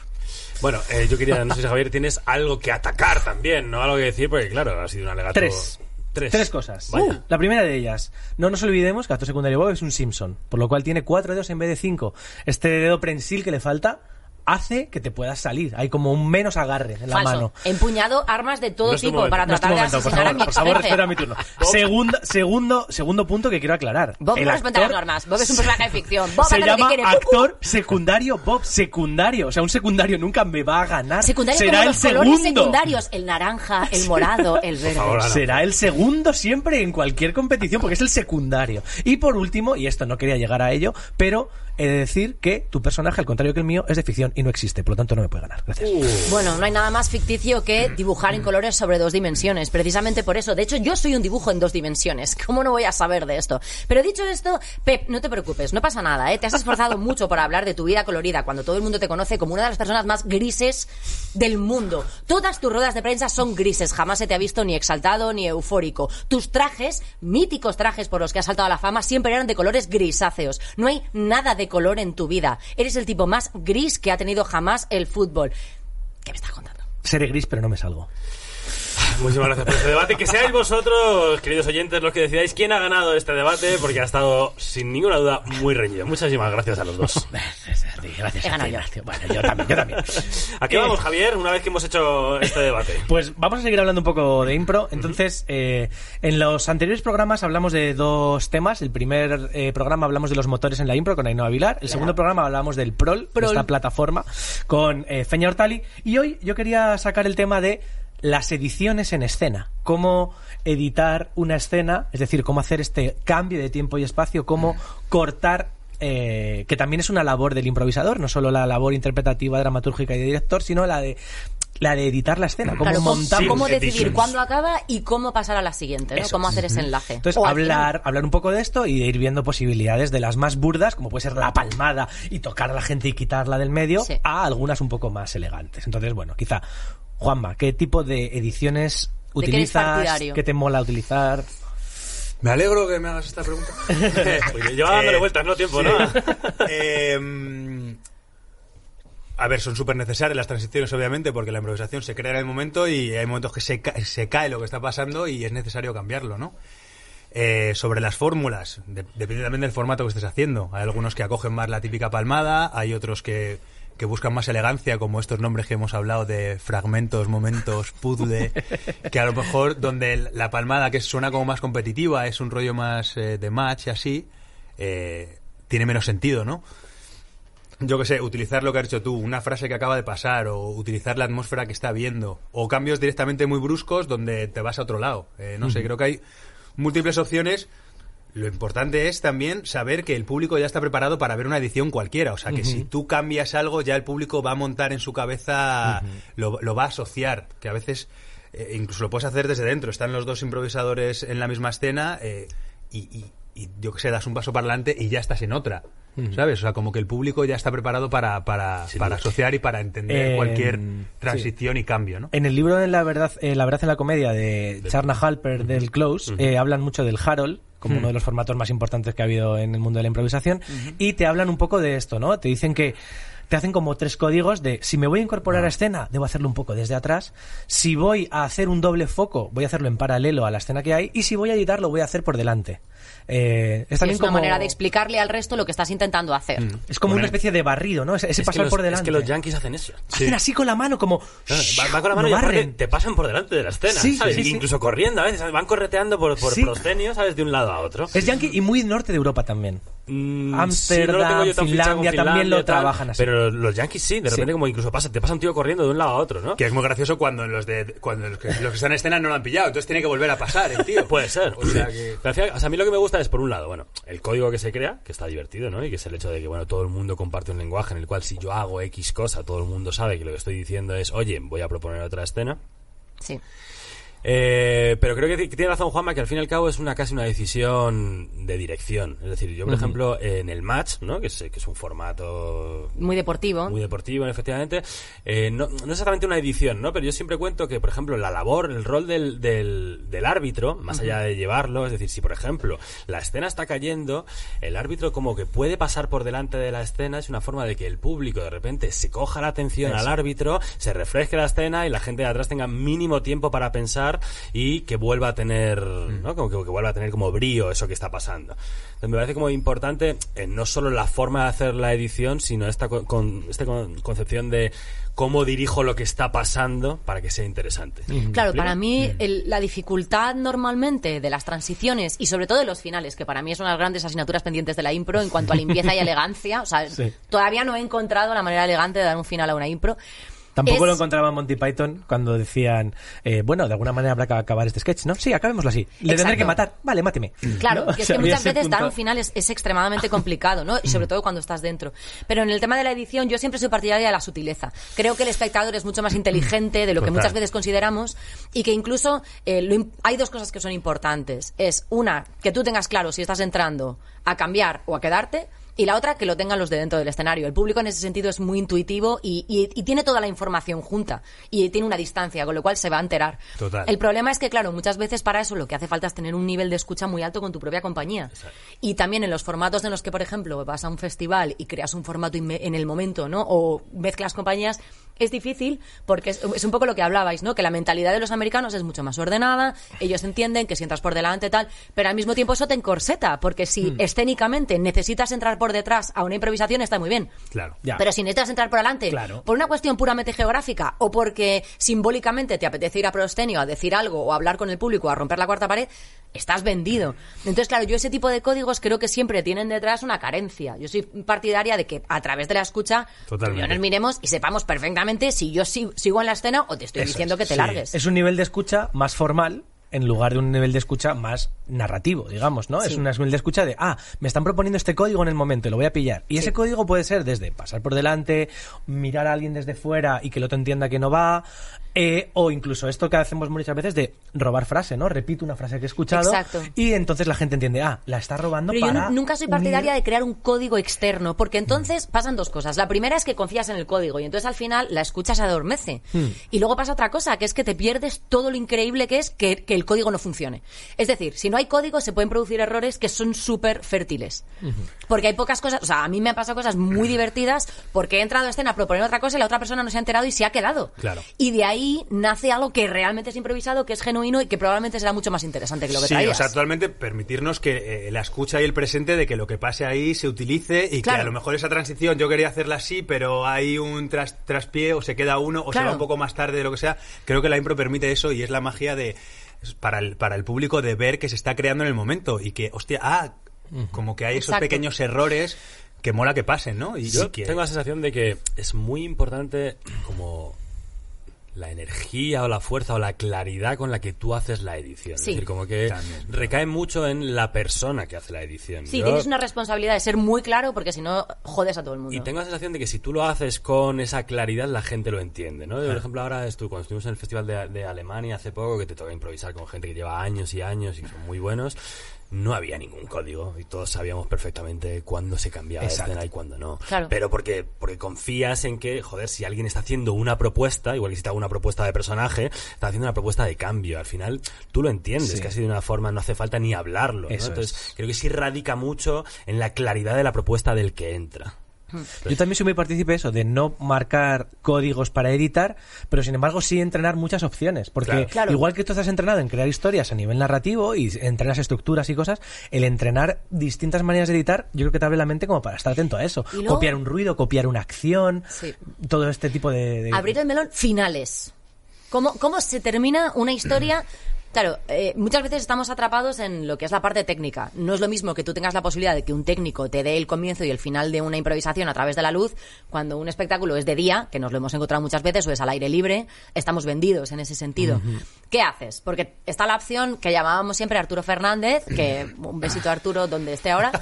Bueno, eh, yo quería, no sé si Javier, tienes algo que atacar también, ¿no? Algo que decir, porque claro, ha sido un alegato.
Tres.
Tres.
cosas.
Vaya.
Uh, la primera de ellas. No nos olvidemos que Acto Secundario Bob es un Simpson, por lo cual tiene cuatro dedos en vez de cinco. Este dedo prensil que le falta hace que te puedas salir. Hay como un menos agarre en la
Falso.
mano.
He empuñado armas de todo
No es tu
tipo
momento,
para
No es tu
tratar
momento,
de
por
asesinar
favor,
a mi
por favor,
jefe.
espera mi turno. Segundo, segundo, segundo punto que quiero aclarar.
Bob
El
no respeta las
actor
normas. Bob es un personaje de ficción. Bob
se
hace lo que
llama
quiere. Uh,
actor secundario Bob secundario o sea un secundario nunca me va a ganar
Secundario
será
como
el
los colores
segundo
secundarios. El naranja, el morado, el verde.
favor, Ana.
será el segundo siempre en cualquier competición porque es el secundario y por último y esto no quería llegar a ello pero he de decir que tu personaje al contrario que el mío es de ficción y no existe por lo tanto no me puede ganar gracias
Bueno, no hay nada más ficticio que dibujar en colores sobre dos dimensiones, precisamente por eso. De hecho, yo soy un dibujo en dos dimensiones. ¿Cómo no voy a saber de esto? Pero dicho esto, Pep, no te preocupes, no pasa nada, ¿eh? Te has esforzado mucho para hablar de tu vida colorida cuando todo el mundo te conoce como una de las personas más grises del mundo. Todas tus ruedas de prensa son grises, jamás se te ha visto ni exaltado ni eufórico. Tus trajes, míticos trajes por los que has saltado a la fama, siempre eran de colores grisáceos. No hay nada de color en tu vida. Eres el tipo más gris que ha tenido jamás el fútbol. ¿Qué me estás contando?
seré gris pero no me salgo
Muchísimas gracias por este debate. Que seáis vosotros, queridos oyentes, los que decidáis quién ha ganado este debate, porque ha estado, sin ninguna duda, muy reñido. Muchísimas gracias a los dos.
gracias a ti, gracias
He ganado yo.
bueno yo también yo también
¿A
Eh.
qué vamos, Javier, una vez que hemos hecho este debate?
Pues vamos a seguir hablando un poco de impro. Entonces, eh, en los anteriores programas hablamos de dos temas. El primer eh, programa hablamos de los motores en la impro con Ainhoa Vilar. El segundo programa hablamos del PROL, de esta plataforma, con eh, Feña Hortali. Y hoy yo quería sacar el tema de las ediciones en escena. Cómo editar una escena, es decir, cómo hacer este cambio de tiempo y espacio, cómo cortar eh, que también es una labor del improvisador, no solo la labor interpretativa, dramatúrgica y de director, sino la de la de editar la escena, cómo
Claro, cómo-
montamos
cómo decidir
editions.
cuándo acaba y cómo pasar a la siguiente, ¿no?
Eso
Cómo
es.
hacer ese enlace.
entonces,
O al
hablar, hablar un poco de esto y de ir viendo posibilidades de las más burdas, como puede ser la palmada y tocar a la gente y quitarla del medio,
Sí.
a algunas un poco más elegantes. Entonces, bueno, quizá, Juanma, ¿qué tipo de
¿De
ediciones
qué eres
utilizas?
partidario?
¿Qué te mola utilizar?
Me alegro que me hagas esta pregunta.
Porque lleva dándole
Eh,
vueltas, ¿no? Pues Tiempo,
sí.
¿no?
Em, a ver, son súper necesarias las transiciones, obviamente, porque la improvisación se crea en el momento y hay momentos que se, ca- se cae lo que está pasando y es necesario cambiarlo, ¿no? Eh, sobre las fórmulas, de- depende también del formato que estés haciendo. Hay algunos que acogen más la típica palmada, hay otros que, que buscan más elegancia, como estos nombres que hemos hablado de fragmentos, momentos, puzzle, que a lo mejor donde el- la palmada, que suena como más competitiva, es un rollo más eh, de match y así, eh, tiene menos sentido, ¿no? yo qué sé, utilizar lo que has dicho tú, una frase que acaba de pasar, o utilizar la atmósfera que está viendo, o cambios directamente muy bruscos donde te vas a otro lado. Eh, no sé, creo que hay múltiples opciones. Lo importante es también saber que el público ya está preparado para ver una edición cualquiera. O sea, que si tú cambias algo, ya el público va a montar en su cabeza, lo, lo va a asociar. Que a veces eh, incluso lo puedes hacer desde dentro. Están los dos improvisadores en la misma escena eh, y, y- y, yo qué sé, das un paso para adelante y ya estás en otra. ¿Sabes? O sea, como que el público ya está preparado para, para,
Sin duda.
para
Em,
asociar y para entender
Eh,
cualquier
sí.
transición y cambio, ¿no?
En el libro de La Verdad, eh, la verdad en la Comedia de Charna Halper del Close, eh, hablan mucho del Harold como
Hmm.
uno de los formatos más importantes que ha habido en el mundo de la improvisación y te hablan un poco de esto, ¿no? Te dicen que te hacen como tres códigos de si me voy a incorporar
Ah.
a escena, debo hacerlo un poco desde atrás, si voy a hacer un doble foco, voy a hacerlo en paralelo a la escena que hay y si voy a editar, lo voy a hacer por delante. Eh, es
final,
también
es una
como, Mm.
manera de explicarle al resto lo que estás intentando hacer.
es como una especie de barrido, ¿no? Ese, ese
Es que
pasar
los-
por delante.
Es que los yankees hacen eso.
Hacen así con la mano como...
Claro, va, va con la mano
lo
y aparte
barren.
te pasan por delante de la escena,
Sí,
¿sabes?
sí, sí.
Incluso corriendo a veces, ¿sabes? van correteando por, por
Sí.
proscenios, ¿sabes? De un lado a otro.
Es yankee y muy norte de Europa también.
Mm,
Ámsterdam,
lo tengo yo tan fichado con
Finlandia, también lo
tal,
trabajan así.
Pero los yankees sí, de repente como incluso pasa, te pasa un tío corriendo de un lado a otro, ¿no?
Que es muy gracioso cuando los de cuando los que, los que están en escena no lo han pillado, entonces tiene que volver a pasar el tío.
Puede ser.
O sea que-
Pero al final, o sea, a mí lo que me gusta es, por un lado, bueno, el código que se crea, que está divertido, ¿no? Y que es el hecho de que, bueno, todo el mundo comparte un lenguaje en el cual si yo hago X cosa, todo el mundo sabe que lo que estoy diciendo es, oye, voy a proponer otra escena.
Sí.
Eh, pero creo que, que tiene razón Juanma que al fin y al cabo es una casi una decisión de dirección. Es decir, yo por ejemplo en el match, ¿no? que, es, que es un formato
Muy deportivo.
muy deportivo, efectivamente. Eh, no, no exactamente una edición, ¿no? Pero yo siempre cuento que, por ejemplo, la labor, el rol del, del, del árbitro, más allá de llevarlo, es decir, si, por ejemplo, la escena está cayendo, el árbitro como que puede pasar por delante de la escena, es una forma de que el público de repente se coja la atención al árbitro, se refresque la escena y la gente de atrás tenga mínimo tiempo para pensar y que vuelva a tener, ¿no? Como que, que vuelva a tener como brío eso que está pasando. Entonces me parece como importante eh, no solo la forma de hacer la edición, sino esta con, con- esta con- concepción de cómo dirijo lo que está pasando para que sea interesante.
Claro,
¿Me explico?
para mí
Mm.
el- la dificultad normalmente de las transiciones y sobre todo de los finales, que para mí es una de las grandes asignaturas pendientes de la impro en cuanto a limpieza y elegancia, o sea,
Sí.
todavía no he encontrado la manera elegante de dar un final a una impro.
Tampoco
Es-
lo encontraba Monty Python cuando decían, eh, bueno, de alguna manera habrá que acabar este sketch, ¿no? Sí, acabémoslo así. Le tendré
Exacto.
que matar. Vale, máteme.
Claro,
¿No?
que
O
es
sea,
que
había
muchas
ese
veces dar
punto-
un final es, es extremadamente complicado, ¿no? Y sobre todo cuando estás dentro. Pero en el tema de la edición, yo siempre soy partidaria de la sutileza. Creo que el espectador es mucho más inteligente de lo que
Total.
muchas veces consideramos y que incluso eh, lo im- hay dos cosas que son importantes. Es una, que tú tengas claro si estás entrando a cambiar o a quedarte. Y la otra, que lo tengan los de dentro del escenario. El público en ese sentido es muy intuitivo y, y- y tiene toda la información junta y tiene una distancia, con lo cual se va a enterar.
Total.
El problema es que, claro, muchas veces para eso lo que hace falta es tener un nivel de escucha muy alto con tu propia compañía. Y también en los formatos en los que, por ejemplo, vas a un festival y creas un formato inme- en el momento, ¿no? O mezclas compañías. Es difícil porque es, es un poco lo que hablabais, ¿no? Que la mentalidad de los americanos es mucho más ordenada, ellos entienden que si entras por delante tal, pero al mismo tiempo eso te encorseta, porque si escénicamente necesitas entrar por detrás a una improvisación está muy bien,
Claro.
Ya.
pero si necesitas entrar por adelante,
Claro.
por una cuestión puramente geográfica o porque simbólicamente te apetece ir a proscenio a decir algo o a hablar con el público, a romper la cuarta pared, estás vendido. Entonces, claro, yo ese tipo de códigos creo que siempre tienen detrás una carencia. Yo soy partidaria de que a través de la escucha
Totalmente.
yo nos miremos y sepamos perfectamente si yo si- sigo en la escena o te estoy
Eso
diciendo
es,
que te
sí.
largues.
Es un nivel de escucha más formal en lugar de un nivel de escucha más narrativo, digamos, ¿no?
Sí.
Es un nivel de escucha de, ah, me están proponiendo este código en el momento, lo voy a pillar. Y ese código puede ser desde pasar por delante, mirar a alguien desde fuera y que el otro entienda que no va, eh, o incluso esto que hacemos muchas veces de robar frase, ¿no? Repito una frase que he escuchado
Exacto.
y entonces la gente entiende, ah, la está robando
Pero yo
para
nu- nunca soy
unir-
partidaria de crear un código externo, porque entonces pasan dos cosas. La primera es que confías en el código y entonces al final la escucha se adormece. Y luego pasa otra cosa, que es que te pierdes todo lo increíble que es que, que el código no funcione. Es decir, si no hay código se pueden producir errores que son súper fértiles. Porque hay pocas cosas, o sea, a mí me han pasado cosas muy divertidas porque he entrado a escena proponiendo otra cosa y la otra persona no se ha enterado y se ha quedado.
Claro.
Y de ahí nace algo que realmente es improvisado, que es genuino y que probablemente será mucho más interesante que lo que
Sí, o
traías.
sea, actualmente permitirnos que eh, la escucha y el presente de que lo que pase ahí se utilice y
Claro.
que a lo mejor esa transición yo quería hacerla así, pero hay un tras, traspié o se queda uno o se
Claro.
va un poco más tarde de lo que sea. Creo que la impro permite eso y es la magia de es para el, para el público de ver que se está creando en el momento y que, hostia, ah, como que hay esos
Exacto.
pequeños errores que mola que pasen, ¿no? Y
Yo
y que-
tengo la sensación de que es muy importante como la energía o la fuerza o la claridad con la que tú haces la edición.
Sí.
Es decir, como que recae mucho en la persona que hace la edición.
Sí,
Yo-
tienes una responsabilidad de ser muy claro porque si no jodes a todo el mundo.
Y tengo la sensación de que si tú lo haces con esa claridad, la gente lo entiende, ¿no? Yo, Por ejemplo, ahora estuve, cuando estuvimos en el Festival de, de Alemania hace poco, que te toca improvisar con gente que lleva años y años y que son muy buenos, no había ningún código y todos sabíamos perfectamente cuándo se cambiaba de
Exacto.
escena y cuándo no.
Claro.
Pero porque, porque confías en que, joder, si alguien está haciendo una propuesta, igual que si te hago una propuesta de personaje, está haciendo una propuesta de cambio. Al final, tú lo entiendes,
Sí.
casi de una forma, no hace falta ni hablarlo. ¿no?
Eso
Entonces, creo que sí radica mucho en la claridad de la propuesta del que entra.
Yo también soy muy partícipe de eso, de no marcar códigos para editar, pero sin embargo sí entrenar muchas opciones. Porque
Claro.
Claro.
igual que tú estás entrenado en crear historias a nivel narrativo y entrenas estructuras y cosas, el entrenar distintas maneras de editar, yo creo que te abre la mente como para estar atento a eso.
Y luego-
Copiar un ruido, copiar una acción,
Sí.
todo este tipo de... de-
Abrir el melón, finales. ¿Cómo, cómo se termina una historia? Claro, eh, muchas veces estamos atrapados en lo que es la parte técnica. No es lo mismo que tú tengas la posibilidad de que un técnico te dé el comienzo y el final de una improvisación a través de la luz, cuando un espectáculo es de día, que nos lo hemos encontrado muchas veces, o es al aire libre, estamos vendidos en ese sentido. ¿Qué haces? Porque está la opción que llamábamos siempre Arturo Fernández, que un besito a Arturo donde esté ahora,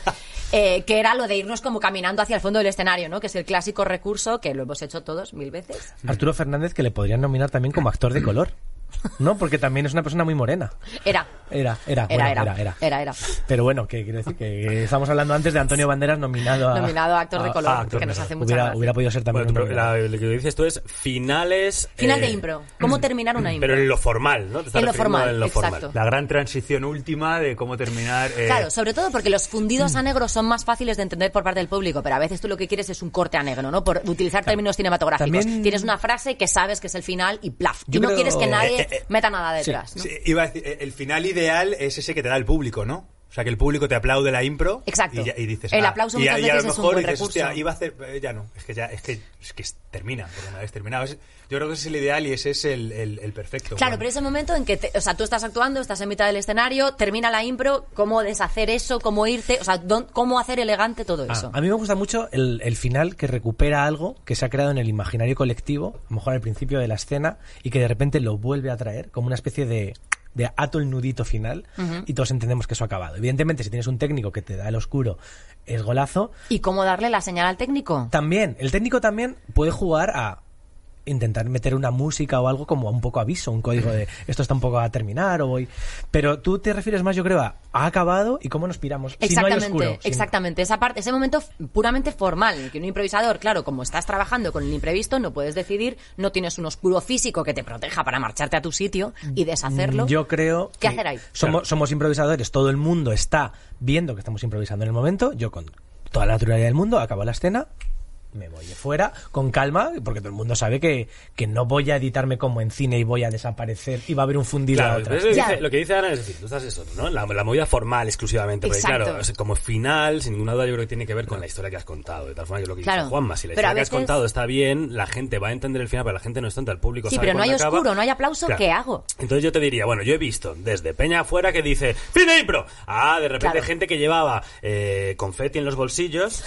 eh, que era lo de irnos como caminando hacia el fondo del escenario, ¿no? Que es el clásico recurso que lo hemos hecho todos mil veces.
Arturo Fernández que le podrían nominar también como actor de color. No, porque también es una persona muy morena.
Era.
Era,
Era,
era, Ah, bueno,
era,
era, era.
era, era.
Pero bueno, que quiero decir que estamos hablando antes de Antonio Banderas nominado a.
Nominado a actor
ah,
de color,
actor
que nos
de
hace mucha
Hubiera,
gracia.
hubiera podido ser también
Bueno, pero
un nominado.
la- lo que dices tú es finales.
Final de
eh,
impro. ¿Cómo terminar una impro?
Pero eh, en lo formal, ¿no? Te estás
En lo
refiriendo
formal,
en lo
exacto.
formal.
La gran transición última de cómo terminar. eh,
Claro, sobre todo porque los fundidos a negro son más fáciles de entender por parte del público, pero a veces tú lo que quieres es un corte a negro, ¿no? Por utilizar términos cinematográficos.
También-
Tienes una frase que sabes que es el final y plaf.
Yo
y no
creo-
quieres que nadie
Eh, eh, eh.
meta nada detrás, ¿no?
Sí, iba a decir, eh, el final ideal es ese que te da el público, ¿no? O sea, que el público te aplaude la impro.
Exacto.
Y, ya- y dices.
El
ah,
aplauso
y a-
muchas
y a lo
veces es un
mejor
buen
dices, hostia,
recurso.
iba a hacer. eh, Ya no, es que ya, es que, es que es- termina, porque una vez terminado. es- yo creo que ese es el ideal y ese es el, el- el perfecto.
Claro,
Bueno,
pero ese momento en que, te- o sea, tú estás actuando, estás en mitad del escenario, termina la impro, cómo deshacer eso, cómo irte, o sea, dón- cómo hacer elegante todo
Ah,
eso.
a mí me gusta mucho el, el final que recupera algo que se ha creado en el imaginario colectivo, a lo mejor al principio de la escena, y que de repente lo vuelve a traer como una especie de, de ato el nudito final, y todos entendemos que eso ha acabado. Evidentemente, si tienes un técnico que te da el oscuro, es golazo.
¿Y cómo darle la señal al técnico?
También, el técnico también puede jugar a intentar meter una música o algo como un poco aviso, un código de esto está un poco a terminar o voy... Pero tú te refieres más, yo creo, a ha acabado y cómo nos piramos. Si no hay
Exactamente,
oscuro, si no-
exactamente. Esa parte, ese momento f- puramente formal, en el que un improvisador, claro, como estás trabajando con el imprevisto, no puedes decidir, no tienes un oscuro físico que te proteja para marcharte a tu sitio y deshacerlo.
Mm, Yo creo.
¿Qué
que
hacer ahí?
Somos,
Claro.
somos improvisadores, todo el mundo está viendo que estamos improvisando en el momento. Yo, con toda la naturalidad del mundo, acabo la escena, me voy de fuera, con calma, porque todo el mundo sabe que, que no voy a editarme como en cine y voy a desaparecer y va a haber un fundido a
Claro,
otras.
pero es lo, que
Ya.
dice, lo que dice Ana es decir, tú estás eso, ¿no? La, la movida formal exclusivamente. Porque
Exacto.
claro, o sea, como final, sin ninguna duda, yo creo que tiene que ver con la historia que has contado. De tal forma que lo que
Claro.
dice Juanma, si la
Pero
historia
a
que has
veces-
contado está bien, la gente va a entender el final, pero la gente no es tonta, el público
Sí,
sabe
pero no hay
cuándo acaba.
oscuro, no hay aplauso, ¿qué hago?
Entonces yo te diría, bueno, yo he visto desde Peña afuera que dice, ¡Fin de impro! Ah, de repente
Claro.
gente que llevaba eh, confeti en los bolsillos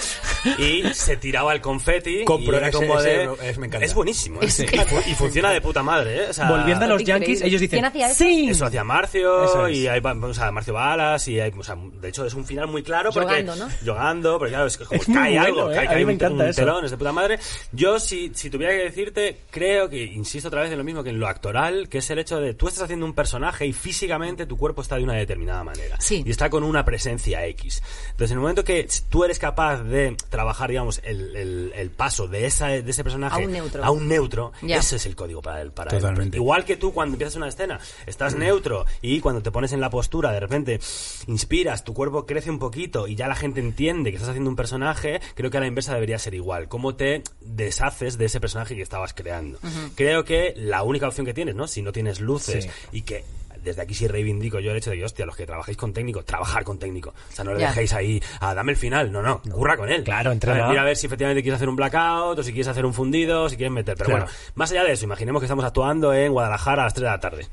y se tiraba el confeti.
Compro
y era
ese-
como
ese
de...
lo- es- me encanta.
Es buenísimo. ¿eh?
Es-
Y, fu- y funciona de puta madre, ¿eh? O sea,
Volviendo a los
Increíble.
yankees, ellos dicen:
¿Quién hacía eso?
¡Sí!
eso hacía Marcio
Eso es.
y hay o sea, Marcio Balas y hay, o sea, de hecho es un final muy claro porque
Jogando, ¿no?
jogando, pero claro, es que como
Es muy
cae
bueno,
algo,
¿eh?
cae,
A mí
cae
me
un,
encanta
un
eso.
telón, es de puta madre. Yo si, si tuviera que decirte, creo que insisto otra vez en lo mismo que en lo actoral, que es el hecho de tú estás haciendo un personaje y físicamente tu cuerpo está de una determinada manera
Sí.
y está con una presencia X. Entonces, en el momento que tú eres capaz de trabajar, digamos, el, el- el paso de esa de ese personaje
A un neutro.
a un neutro,
Ya.
ese es el código para el para
Totalmente.
el, Igual que tú cuando empiezas una escena, estás
Mm.
neutro y cuando te pones en la postura, de repente inspiras, tu cuerpo crece un poquito y ya la gente entiende que estás haciendo un personaje, creo que a la inversa debería ser igual. ¿Cómo te deshaces de ese personaje que estabas creando? Creo que la única opción que tienes, ¿no? Si no tienes luces
Sí.
y que... Desde aquí sí reivindico yo el hecho de que, hostia, los que trabajéis con técnico, trabajar con técnico. O sea, no le
Ya.
dejéis ahí, a dame el final. No, no, curra con él.
Claro,
entra
entrena.
Mira a ver si efectivamente quieres hacer un blackout, o si quieres hacer un fundido, o si quieres meter. Pero
Claro.
bueno, más allá de eso, imaginemos que estamos actuando en Guadalajara a las 3 de la tarde.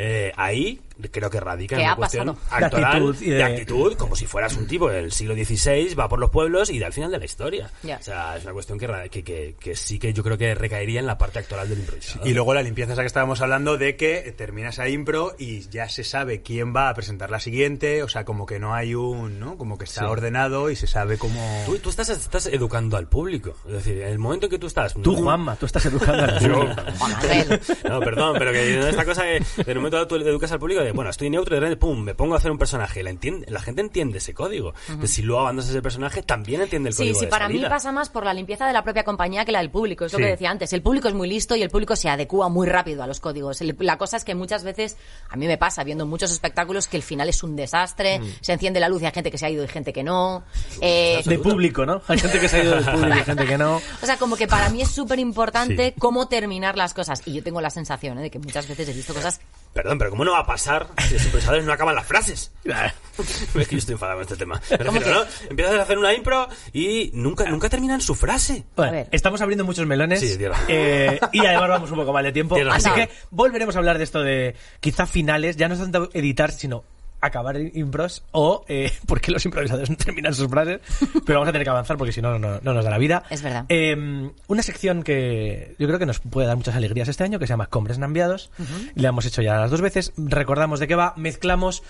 Eh, ahí creo que radica
¿Qué
en una
ha
cuestión
pasado?
De
actoral,
actitud y de-
de actitud, como si fueras un tipo del siglo XVI, va por los pueblos y da al final de la historia.
Ya.
O sea, es una cuestión que, ra- que, que- que sí que yo creo que recaería en la parte actoral del improvisador.
Y luego la limpieza esa que estábamos hablando de que termina esa impro y ya se sabe quién va a presentar la siguiente, o sea, como que no hay un, ¿no? Como que está ordenado y se sabe cómo...
Tú, tú estás, estás educando al público. Es decir, en el momento en que tú estás...
Tú,
no-
Juanma, tú estás educando al
Yo-
público.
Juan Manuel.
No, perdón, pero que no, esta cosa que de momento dado tú educas al público de, bueno, estoy neutro y de repente, pum, me pongo a hacer un personaje. La, entiende, la gente entiende ese código. Entonces, Si luego abandonas ese personaje, también entiende el
Sí,
código
sí,
de
para
salida.
mí pasa más por la limpieza de la propia compañía que la del público, es lo
Sí.
que decía antes. El público es muy listo y el público se adecua muy rápido a los códigos. El- La cosa es que muchas veces, a mí me pasa viendo muchos espectáculos que el final es un
Mm.
desastre, se enciende la luz y hay gente que se ha ido y gente que no. Eh,
De público, ¿no? Hay gente que se ha ido del público, hay gente que no.
o sea, como que para mí es súper importante cómo terminar las cosas. Y yo tengo la sensación ¿eh? de que muchas veces he visto cosas
Perdón, pero ¿cómo no va a pasar si los improvisadores no acaban las frases? es que yo estoy enfadado con este tema. Me
¿Cómo
refiero, ¿no? Empiezas a hacer una impro y nunca, nunca terminan su frase.
Bueno,
A ver.
estamos abriendo muchos melones
Sí, tienes razón.
eh, y además vamos un poco mal de tiempo.
Tienes
Así
razón.
que volveremos a hablar de esto de quizá finales, ya no es tanto editar, sino acabar impros o eh, por qué los improvisadores no terminan sus frases, pero vamos a tener que avanzar porque si no, no, no nos da la vida.
Es verdad.
Eh, una sección que yo creo que nos puede dar muchas alegrías este año, que se llama Combres Nambiados, la hemos hecho ya las dos veces, recordamos de qué va, mezclamos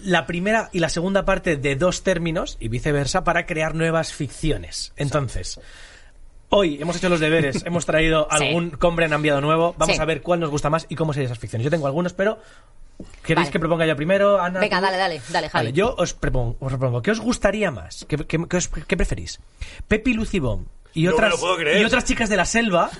la primera y la segunda parte de dos términos y viceversa para crear nuevas ficciones. Entonces, Hoy hemos hecho los deberes, hemos traído
Sí.
algún combre en enviado nuevo. Vamos
Sí.
a ver cuál nos gusta más y cómo serían esas ficciones. Yo tengo algunos, pero ¿queréis
Vale.
que proponga yo primero, Ana?
Venga,
tú?
dale, dale, dale, Javi.
Vale, yo os propongo, os propongo, ¿qué os gustaría más? ¿Qué, qué- qué os- qué preferís? ¿Pepi Lucibón y
No me
otras,
lo puedo creer.
y otras chicas de la selva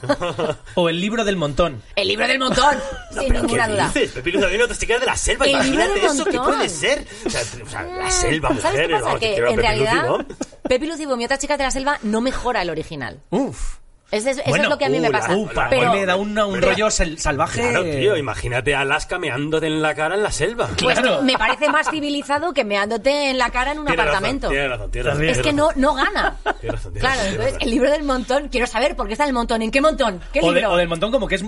o el libro del montón?
El libro del montón, sin
¿Pero
ninguna
qué
duda.
dices? Pepi Luz Davino, te quedas de la selva.
El
Imagínate
libro de
eso, ¿qué
montón.
puede ser? O sea, t- o sea, la selva, mujer.
Mm, ¿Sabes qué pasa?
vamos,
que
quiero a
en
Pepi Luz
realidad,
Davino.
Pepi Lucibo y otras chicas de la selva no mejora el original.
Uf.
Ese es- Eso es,
Bueno,
lo que a mí
uh,
me
la-
pasa.
uh,
Upa,
pero,
hoy me da una- un
pero-
rollo sel- salvaje.
Claro, tío, imagínate a Alaska meándote en la cara en la selva.
pues,
claro.
me parece más civilizado que meándote en la cara en un
Tiene razón,
apartamento.
tiene razón, tiene razón,
es
tiene
que no,
razón.
no gana.
Tiene razón, tiene
claro,
razón, tiene
entonces
razón.
el libro del montón, quiero saber por qué está en el montón, en qué montón, qué
O, de-
libro.
o del montón como que es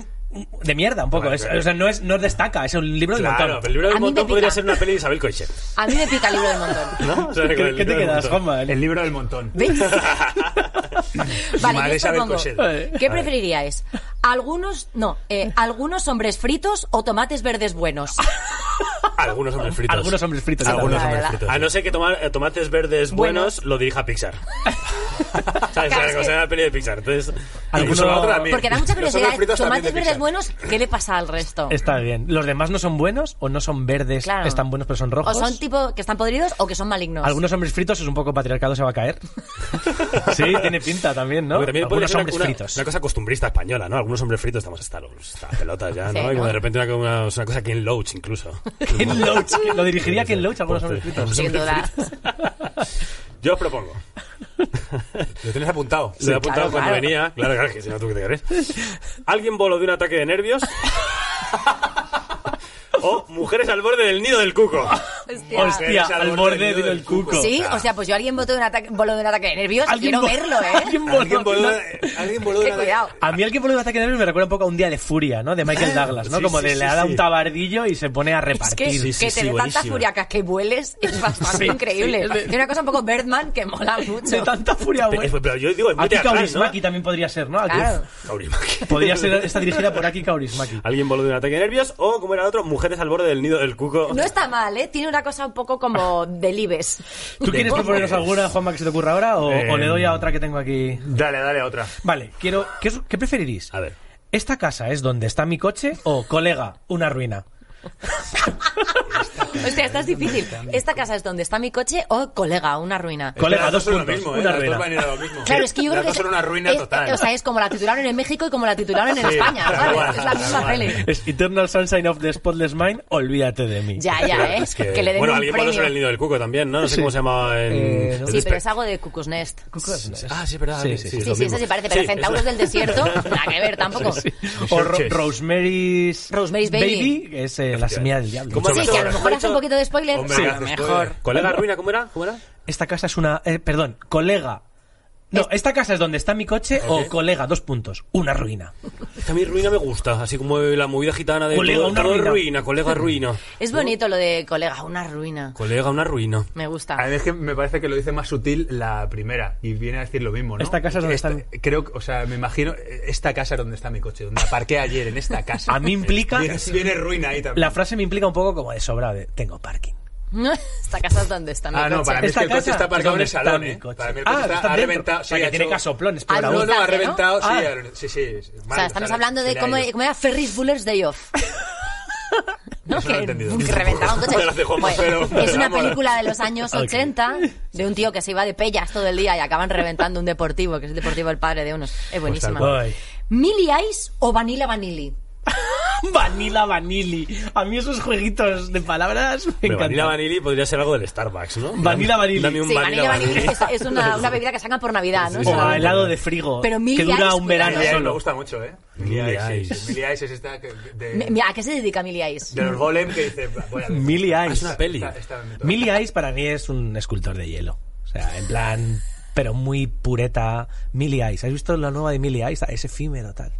de mierda un poco.
Vale,
es-
claro.
o sea, no, es, no destaca, es un libro del
Claro,
montón.
pero el libro
A
del
mí me
montón podría
pica.
ser una peli de Isabel Coixet.
A mí me pica el libro del montón.
¿No? O sea, con
¿Qué,
el
qué
libro
te
del
quedas,
montón.
Juanma?
El libro del montón.
¿Veis?
Madre
vale, yo os
Isabel
propongo,
Cochet.
¿Qué preferiríais? Algunos, no, eh, algunos hombres fritos o tomates verdes buenos.
Algunos hombres fritos.
Algunos hombres fritos.
Algunos
La
hombres
verdad.
fritos. A no ser que tomar, eh, tomates verdes buenos
Buenos.
lo dirija Pixar. ¿Sabes?
Claro,
Claro,
es
o
que-
sea, una peli de Pixar. Entonces,
Alguno-
incluso la otra también.
Porque da mucha
Los hombres
curiosidad. ¿eh?
fritos también
¿Tomates
de
verdes
Pixar.
buenos? ¿Qué le pasa al resto?
Está bien. ¿Los demás no son buenos o no son verdes,
Claro.
están buenos pero son
O
rojos?
son tipo que están podridos o que son malignos.
Algunos hombres fritos es un poco patriarcado, se va a caer. sí, tiene pinta también, ¿no?
Porque también podría
Algunos
ser
hombres
una, una-
fritos.
una cosa costumbrista española, ¿no? Algunos hombres fritos estamos hasta los hasta pelotas ya, ¿no?
Sí,
Y como
¿no?
de repente una, una, una cosa que en Loach incluso.
Ken Loach, que lo dirigiría Ken Loach, algunos
Pobre.
hombres fritos.
Sin duda.
Yo os propongo.
Lo tienes apuntado.
Lo he apuntado
claro,
cuando
claro.
venía. Claro, claro, que si no tú que te crees. Alguien voló de un ataque de nervios. o mujeres al borde del nido del cuco.
Ah,
Hostia.
Hostia,
Eres
al borde del, cuco.
Sí, o sea, pues yo alguien votó de un ataque, voló de un ataque de nervios. Quiero
vo-
verlo, ¿eh?
alguien voló-
Alguien voló, alguien voló
Qué
una-
cuidado.
A mí el que voló de ataque de nervios me recuerda un poco a un día de furia, ¿no? De Michael Douglas, ¿no?
Sí,
Como
sí,
de
sí,
le da
sí.
un tabardillo y se pone
Es
a
que,
repartir.
Sí, sí,
que
sí,
te dé tanta
buenísimo.
furia que, que vueles es bastante
Sí,
increíble.
sí, es de-
Tiene una cosa un poco Birdman que mola mucho.
De tanta furia,
Pero,
bueno.
pero yo digo, es muy
Aki
teatral,
Kaurismäki
¿no?
también podría ser, ¿no? Aki-
Claro.
Kaurismäki.
Podría ser, está dirigida por Aki Kaurismäki.
Alguien voló de un ataque de nervios o, como era el otro, mujeres al borde del nido del cuco.
No está mal, ¿eh? Tiene una cosa un poco como de Libes.
¿Tú quieres proponernos alguna, Juanma, que se te ocurra ahora o,
Eh,
o le doy a otra que tengo aquí?
Dale, dale a otra.
Vale, quiero. ¿Qué, os- qué preferirís?
A ver.
¿Esta casa es donde está mi coche o, colega, una ruina?
Hostia, esta es difícil. Esta casa es donde está mi coche o colega, una ruina.
Colega,
Las
dos
son lo
puntos,
mismo, ¿eh?
una
Las dos
ruina.
van a ir a lo mismo.
Claro, es que yo creo
Las
que.
dos son una ruina
es-
total.
O sea, es como la titularon en México y como la titularon en
Sí,
España,
tal
¿sabes?
cual,
es la
tal
misma
cual.
peli.
Es Eternal Sunshine of the Spotless Mind, olvídate de mí.
Ya, ya, ¿eh?
Es que,
le den
bueno,
un
alguien voló
premio.
sobre el nido del cuco también, ¿no? No sé
Sí.
cómo se llamaba en...
Eh,
en
no.
Sí, pero
Despe-
es algo de Cuckoo's Nest.
Ah, sí, es verdad.
Sí, sí, sí.
es
Sí,
lo
sí,
mismo.
eso sí parece, pero
Sí,
Centauros
eso-
del Desierto, nada que ver tampoco.
O Ro-
Searches.
Rosemary's,
Rosemary's Baby.
que es eh, la semilla del diablo.
¿Cómo
Sí,
Mucho
que a
mejor.
lo mejor hace un poquito de spoiler,
Hombre,
a
me
lo
haces
mejor.
¿Colega Ruina cómo era? ¿Cómo era?
Esta casa es una. eh, perdón, colega. No, esta casa es donde está mi coche o colega, dos puntos, una ruina.
Es que a mí Ruina me gusta, así como la movida gitana de
Colega,
todo-
una
todo es
ruina.
ruina, colega ruina.
Es bonito lo de colega, una ruina.
Colega, una ruina.
Me gusta.
A mí es que me parece que lo dice más sutil la primera y viene a decir lo mismo, ¿no?
Esta casa es donde
Esta-
está mi-
Creo, que- o sea, me imagino eh, esta casa es donde está mi coche, donde aparqué ayer en esta casa. Eh,
A mí implica-
viene, viene ruina ahí también.
La frase me implica un poco como de sobra de tengo parking.
Esta casa es donde está mi
Ah, no,
coche.
para mí es
Esta
que el coche
casa
está aparcado en el
es donde
salón,
está
¿eh?
mi coche.
Para mí el
Ah,
coche está,
está
ha
dentro.
reventado.
O sea,
sí,
que
ha
tiene
hecho-
casoplones,
Ah,
peor
No,
aún.
no, ha
Aluzaje, ¿no?
reventado, sí,
Ah.
al- sí, sí. es
O
mal,
sea, estamos
la-
hablando de
el
cómo,
aire.
cómo era Ferris Buller's Day Off. ¿No?
Eso no lo he entendido.
que reventaba un coche.
Me la hace Juanma,
Bueno,
pero-
es una
vamos.
película de los años
Ok.
80 de un tío que se iba de pellas todo el día y acaban reventando un deportivo, que es el deportivo el padre de unos. Es buenísima.
cual. Ay.
¿Millie Ice o Vanilla Vanilli?
Vanilla Vanilli. A mí esos jueguitos de palabras me
Pero Vanilla
encantan.
Vanilli podría ser algo del Starbucks, ¿no?
Vanilla Vanilli.
Dame un
Sí, Vanilla Vanilli
Vanilli.
es, es una, una bebida que sacan por Navidad, ¿no?
O a
Solamente.
helado de frigo.
Pero Millie
que dura
Ice,
un verano
Millie Ice me
solo.
gusta mucho, ¿eh?
Millie
Millie Ice,
Ice.
sí, sí. Millie Ice es esta que- de,
Mi- mira, ¿A qué se dedica Millie Ice?
de los golem que dice... voy a ver.
Millie Ice.
Ah, Es una peli.
Esta- esta me meto.
Millie Ice para mí es un escultor de hielo. O sea, en plan, pero muy pureta. Millie Ice. ¿Has visto la nueva de Millie Ice? Es efímero, tal.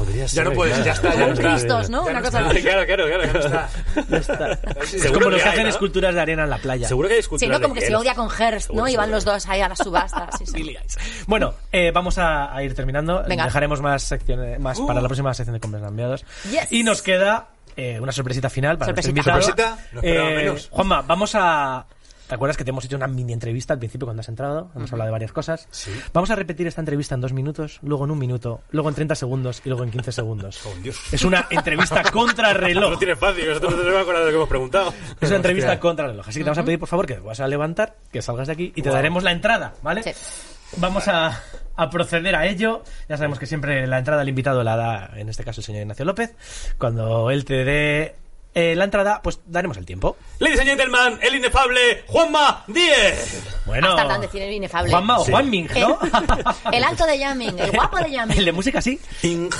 Podría ser.
no puedes,
claro.
ya está, ya
Son
está.
Cristos, ¿no?
Ya
Una
no
cosa
está.
así.
Claro, claro, claro.
Ya está. Es
Seguro
como los
que
que
hay,
hacen
¿no?
esculturas de arena en la playa.
Seguro que hay
Sí,
esculturas
¿no? Como
de
que se
hielo.
odia con Hers,
Seguro,
¿no? Y van
seguro.
los dos ahí a las subastas. sí, sí.
Billy Eyes. Bueno, eh, vamos a, a ir terminando.
Venga.
Dejaremos más secciones más para la próxima sección de compras cambiados.
Yes.
Y nos queda eh, una sorpresita final para nuestro
Sorpresita.
invitado.
Sorpresita, no esperaba menos.
Juanma, vamos a ¿Te acuerdas que te hemos hecho una mini entrevista al principio cuando has entrado? Hemos hablado de varias cosas. Vamos a repetir esta entrevista en dos minutos, luego en un minuto, luego en 30 segundos y luego en 15 segundos. Es una entrevista contra
No
reloj.
tiene fácil, nosotros no tenemos que acordar de lo que hemos preguntado.
Es una entrevista contra reloj. Así que te vamos a pedir, por favor, que te vas a levantar, que salgas de aquí y te daremos la entrada, ¿vale?
Sí.
Vamos a, a proceder a ello. Ya sabemos que siempre la entrada al invitado la da, en este caso, el señor Ignacio López. Cuando él te dé eh, la entrada, pues daremos el tiempo.
Ladies and gentlemen, el inefable Juanma 10.
Bueno.
Hasta tan decir el inefable.
Juanma o
Sí.
Juanming, ¿no?
El, el alto de Yamin, el guapo de
el
Yamin.
de música sí.
Ing.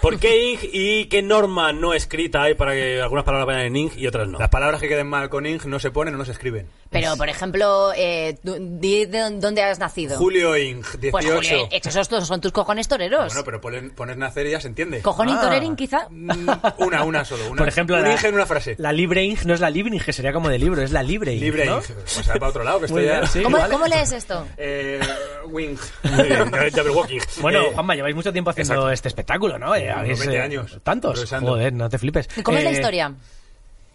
¿Por qué ing y qué norma no escrita hay para que algunas palabras vayan en ing y otras no?
Las palabras que queden mal con Ing no se ponen o no se escriben.
Pero, por ejemplo, eh, tú- di de dó- dónde has nacido.
Julio Ing, 18.
Pues Julio, eh, pues- esos son- son tus cojones toreros.
bueno, pero ponen- pones nacer y ya se entiende.
Cojón
Ah.
torerín, quizá.
Mm, Una, una solo. Una,
Por ejemplo,
un
la,
Ing en una frase.
La libre ing no es la libre ing, que sería como de libro, es la libre ing.
Libre
¿no?
Ing. Pues O sea, para otro lado, que
Muy
estoy ya.
bien, sí.
¿Cómo,
vale.
cómo lees esto?
Eh, wing.
Muy bien, Double walking.
Bueno,
Eh,
Juanma, lleváis mucho tiempo haciendo
exacto.
este espectáculo, ¿no? Eh,
Unos 20 años.
Tantos.
Progresando.
Joder, no te flipes.
¿Y ¿Cómo es la
Eh,
historia?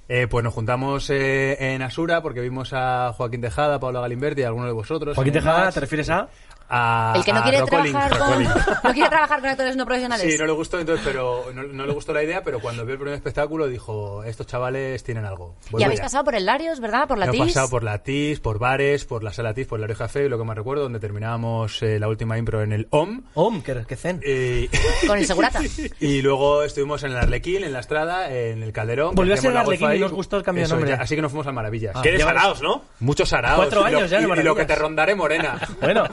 Eh, pues nos juntamos eh, en Asura porque vimos a Joaquín Tejada, Paula Galimberti y a alguno de vosotros.
Joaquín
¿Alguien
Tejada,
más?
¿te refieres a...?
A-
El que no
a
quiere
Rocco Ling.
trabajar
Rocco
con,
Ling.
no quiere trabajar con actores no profesionales.
Sí, no le gustó, entonces, pero no, no le gustó la idea, pero cuando vio el primer espectáculo dijo, estos chavales tienen algo. Vuelvo
y habéis
ya".
pasado por el Larios, ¿verdad? Por la
Hemos
TIS.
pasado por la TIS, por bares, por la sala TIS, por la Oreja Café, y lo que más recuerdo, donde terminábamos eh, la última impro en el OM.
Om, que, que zen.
Y,
Con el Segurata.
y luego estuvimos en el Arlequín, en la Estrada, en el Calderón.
Volvió a ser
hacíamos
el
la
Arlequín
wifi.
y nos gustó el cambio de
Eso,
nombre.
ya, así que nos fuimos al Maravillas.
que
Ah.
eres
llevas-
faraos, ¿no?
Muchos araos.
Cuatro
y lo-
años ya de
y- y, lo
Maravillas.
que te rondaré, morena.
Bueno,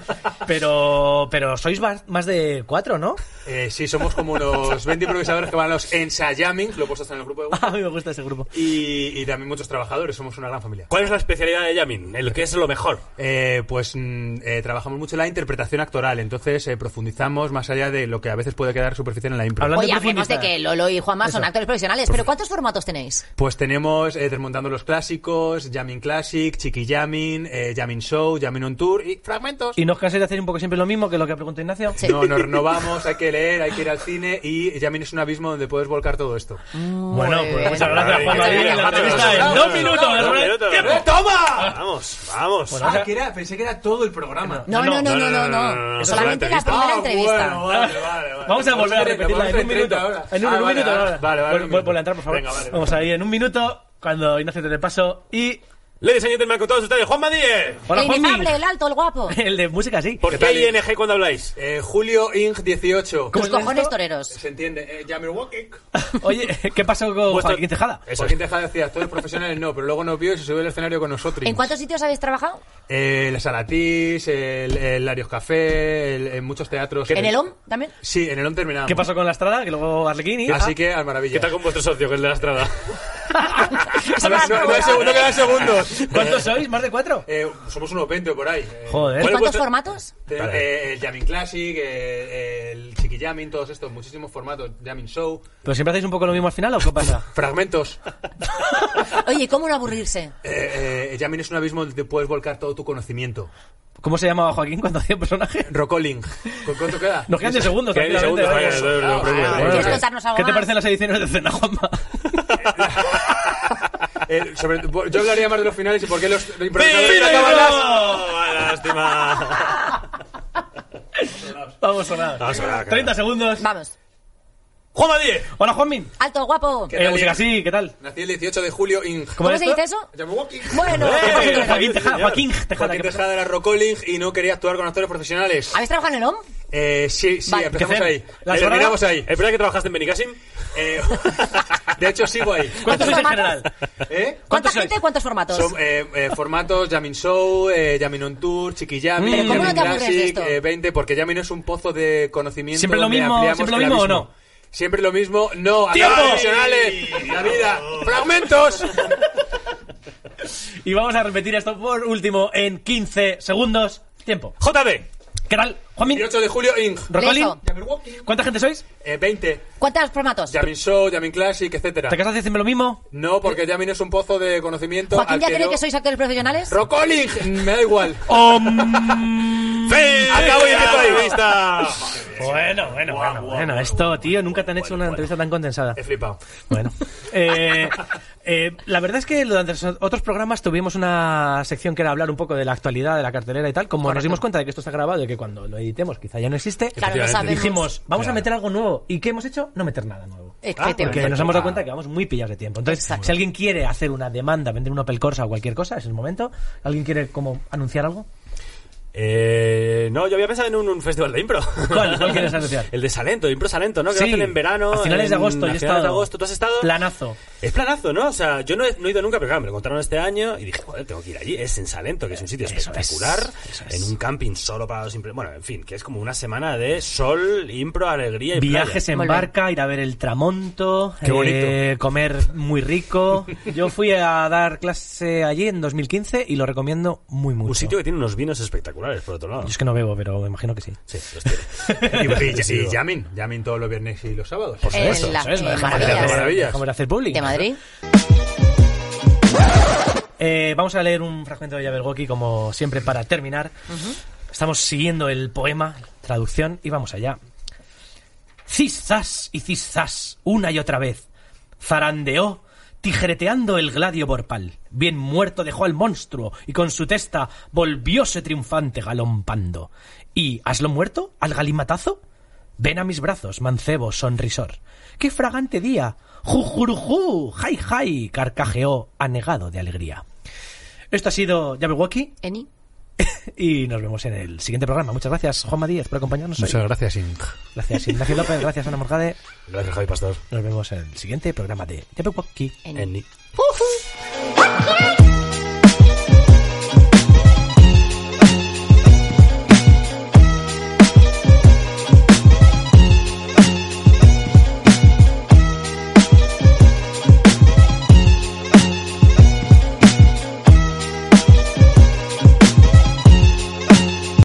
pero, pero sois más, más de cuatro, ¿no?
Eh, sí, somos como unos 20 improvisadores que van a los ensayaming, lo he puesto hasta en el grupo de
A
WhatsApp,
mí me gusta ese grupo.
y, y también muchos trabajadores, somos una gran familia.
¿Cuál es la especialidad de Yamin? El que es lo mejor.
Eh, pues mm, eh, trabajamos mucho la interpretación actoral, entonces eh, profundizamos más allá de lo que a veces puede quedar superficial en la impro.
Hablando-
Oye,
en
hablemos de
profundidad.
que Lolo y Juanma son
Eso.
actores profesionales, pero ¿cuántos formatos tenéis?
Pues tenemos eh, Desmontando los Clásicos, Jamming Classic, Chiqui Jamming, eh, Jamming Show, Jamming on Tour y fragmentos.
¿Y no os cansáis de hacer un poco siempre lo mismo que lo que preguntó Ignacio?
Sí.
No, nos renovamos, hay que leer, hay que ir al cine y Jamming es un abismo donde puedes volcar todo esto.
Bueno,
Muy
pues
bien.
muchas gracias, Juanma.
Muchas gracias,
La
Juanma.
entrevista en dos minutos.
Dos minutos.
¡Tiempo!
¡Toma!
Vamos, vamos.
Bueno, Ah, que
pensé que era todo el programa.
No, no, no, no, no, no.
no, no,
Solamente la
solamente
primera entrevista.
vale, vale, vale.
Vamos a volver a repetirla en un minuto.
ahora.
En un,
Ah,
un
vale,
minuto.
vale,
ahora.
Vale, vale.
Vuel-
un
vuelve
minuto.
a entrar, por favor.
Venga, vale,
Vamos ahí en un minuto, cuando Ignacio te dé paso. Y...
Ladies and gentlemen, con todos ustedes, Juanma 10.
Hola,
el
Juanmi.
inefable, el alto, el guapo.
El de música, sí.
¿Por
tal,
qué
Ing?
ING cuando habláis?
Eh, Julio Ing 18.
¿Cómo
Tus
es esto?
cojones toreros.
Se entiende. Eh, Jamir Walking.
Oye, ¿qué pasó con
Vuestro-
Joaquín Tejada?
Eso
Joaquín Tejada decía, actores profesionales no, pero luego nos vio y se subió al escenario con nosotros.
¿En cuántos sitios habéis trabajado?
Eh, la Salatís, el, el Larios Café, el- en muchos teatros.
¿En el OM también?
Sí, en el OM terminamos.
¿Qué pasó con la Estrada? Que luego Arlequín y...
Así
Ah,
que al
¿Qué
maravilla.
tal con vuestro socio, que es de la estrada?
No, no, no hay segundo, que no hay segundos.
¿Cuántos sois? ¿Más de cuatro?
Eh, somos unos 20 o por ahí. Eh,
Joder.
¿Y
Bueno,
cuántos
vuestro-
formatos?
Te- eh, el Jamming Classic, eh, el Chiqui Jamming, todos estos, muchísimos formatos. Jamming Show,
¿Pero siempre hacéis un poco lo mismo al final o qué pasa?
fragmentos.
Oye, ¿cómo no aburrirse?
Eh, eh, Jamming es un abismo donde puedes volcar todo tu conocimiento.
¿Cómo se llamaba Joaquín cuando hacía personaje?
Rockoling. ¿Con cuánto queda?
Nos quedan 10 segundos.
Que hay de
tranquilamente,
segundos para que
vaya.
no- no- no-
Ah,
no-
vale.
no-
¿Quieres
eh,
contarnos algo
¿Qué te
más?
parecen las ediciones de Cena, Juanma?
Eh, sobre- yo hablaría más de los finales y por qué los improvisadores
¡Pídelo!
acaban las-
Lástima.
Vamos sonados.
Vamos sonados,
30 segundos.
Vamos.
Juanma 10.
Hola, Juanmin.
Alto, guapo.
¿Qué
Eh,
tal,
música,
Inc?
sí, ¿qué tal?
Nací el 18 de julio Inc.
¿Cómo
¿Cómo
es
se
Pues
dice
esto?
eso?
Llamo Walking.
Bueno,
¿Qué pasó con
Eh,
Joaquín
señor.
Tejada? Joaquín Tejada,
Joaquín
¿qué pasa?
Tejada era Rockoling y no quería actuar con actores profesionales.
¿habéis trabajado en el OM?
Eh, sí, sí,
Vale.
empezamos
¿Qué hacer?
ahí.
¿La
Eh,
semana?
terminamos ahí.
¿Es verdad que trabajaste en Benicassim?
Eh, de hecho, sigo ahí.
¿Cuántos sois en
formatos?
general?
¿Eh?
¿Cuánta
¿Cuántos
gente,
sois?
cuántos formatos?
Son eh, eh, formatos Jamming Show, eh, Jamming on Tour, Chiqui Jamming,
Pero ¿cómo
Jamming
no te aburres de
Classic,
esto?
eh, 20, porque Jamming es un pozo de conocimiento.
¿Siempre lo
donde
mismo?
ampliamos
¿Siempre lo
el
mismo o
abismo.
no?
Siempre lo mismo, no.
¡Tiempo!
actores profesionales, la vida, fragmentos.
Y vamos a repetir esto por último en 15 segundos. Tiempo.
JB.
¿Qué tal? Juanmin.
18 de julio, Inc.
¿Rocoli?
Beso.
Jamming Walking.
¿Cuánta gente sois?
Eh, 20,
¿Cuántos formatos?
Jamming Show, Jamming Classic, etcétera.
¿Te casas siempre lo mismo?
No, porque Jamin es un pozo de conocimiento.
¿Joaquín
al
ya cree
no-
que sois actores profesionales?
¡Rockoling! Me da igual.
¡Fe!
Acabo y empiezo ahí.
entrevista.
Bueno, bueno, bueno, bueno. Esto, tío, nunca te han hecho una entrevista tan condensada.
He flipado.
Bueno. Eh, Eh, la verdad es que durante los otros programas tuvimos una sección que era hablar un poco de la actualidad de la cartelera y tal. Como nos dimos cuenta de que esto está grabado y que cuando lo editemos quizá ya no existe,
Claro, no
Efectivamente.
sabemos.
dijimos, vamos a
Claro.
meter algo nuevo. ¿Y qué hemos hecho? No meter nada nuevo.
Eh, que
Ah,
te-
porque
Que nos hemos dado
Ah.
cuenta que vamos muy pillados de tiempo. Entonces,
Exacto.
si alguien quiere hacer una demanda, vender un Opel Corsa o cualquier cosa, es el momento. ¿Alguien quiere como anunciar algo?
Eh, no, yo había pensado en un, un festival de impro.
¿Cuál? ¿Cuál quieres anunciar?
El de Salento, Impro Salento, ¿no? Que lo hacen en verano.
A finales de
en-
agosto.
a
yo he
finales
estado.
de agosto. ¿Tú has estado?
Planazo.
Es planazo, ¿no? O sea, yo no he, no he ido nunca, pero claro, me lo contaron este año y dije, joder, tengo que ir allí. Es en Salento, que es un sitio
Eso
espectacular,
es, eso es.
en un camping solo para los impre... Bueno, en fin, que es como una semana de sol, impro, alegría y
Viajes
Eh, playa.
en
Muy bien.
barca, ir a ver el tramonto,
Qué
eh, comer muy rico. Yo fui a dar clase allí en 2015 y lo recomiendo muy mucho.
Un sitio que tiene unos vinos espectaculares, por otro lado.
Yo es que no bebo, pero me imagino que sí.
Sí, los tiene.
Y, y- y
Sí,
Yamin, Yamin todos los viernes y los sábados.
Por
En
supuesto.
la-
eso es,
en
lo dejamos
Maravillas.
hacer, maravillas.
Dejamos de hacer public.
de Madrid.
Eh, vamos a leer un fragmento de Yabergoki como siempre para terminar. Estamos siguiendo el poema, traducción, y vamos allá. Cis-zas y cis-zas, una y otra vez. Zarandeó, tijereteando el gladio borpal. Bien muerto dejó al monstruo y con su testa volvióse triunfante galompando. ¿Y haslo muerto? ¿Al galimatazo? Ven a mis brazos, mancebo sonrisor. ¡Qué fragante día! ¡Jujurujú! ¡Jai, jai! carcajeó, anegado de alegría. Esto ha sido Yaberwoki
Eni.
y nos vemos en el siguiente programa. Muchas gracias, Juanma Díez, por acompañarnos. hoy.
Muchas gracias, Inc.
Gracias, Ignacio López. Gracias, Ana Morgade.
Gracias, Javi Pastor.
Nos vemos en el siguiente programa de Yaberwoki.
Eni.
Eni.
What can I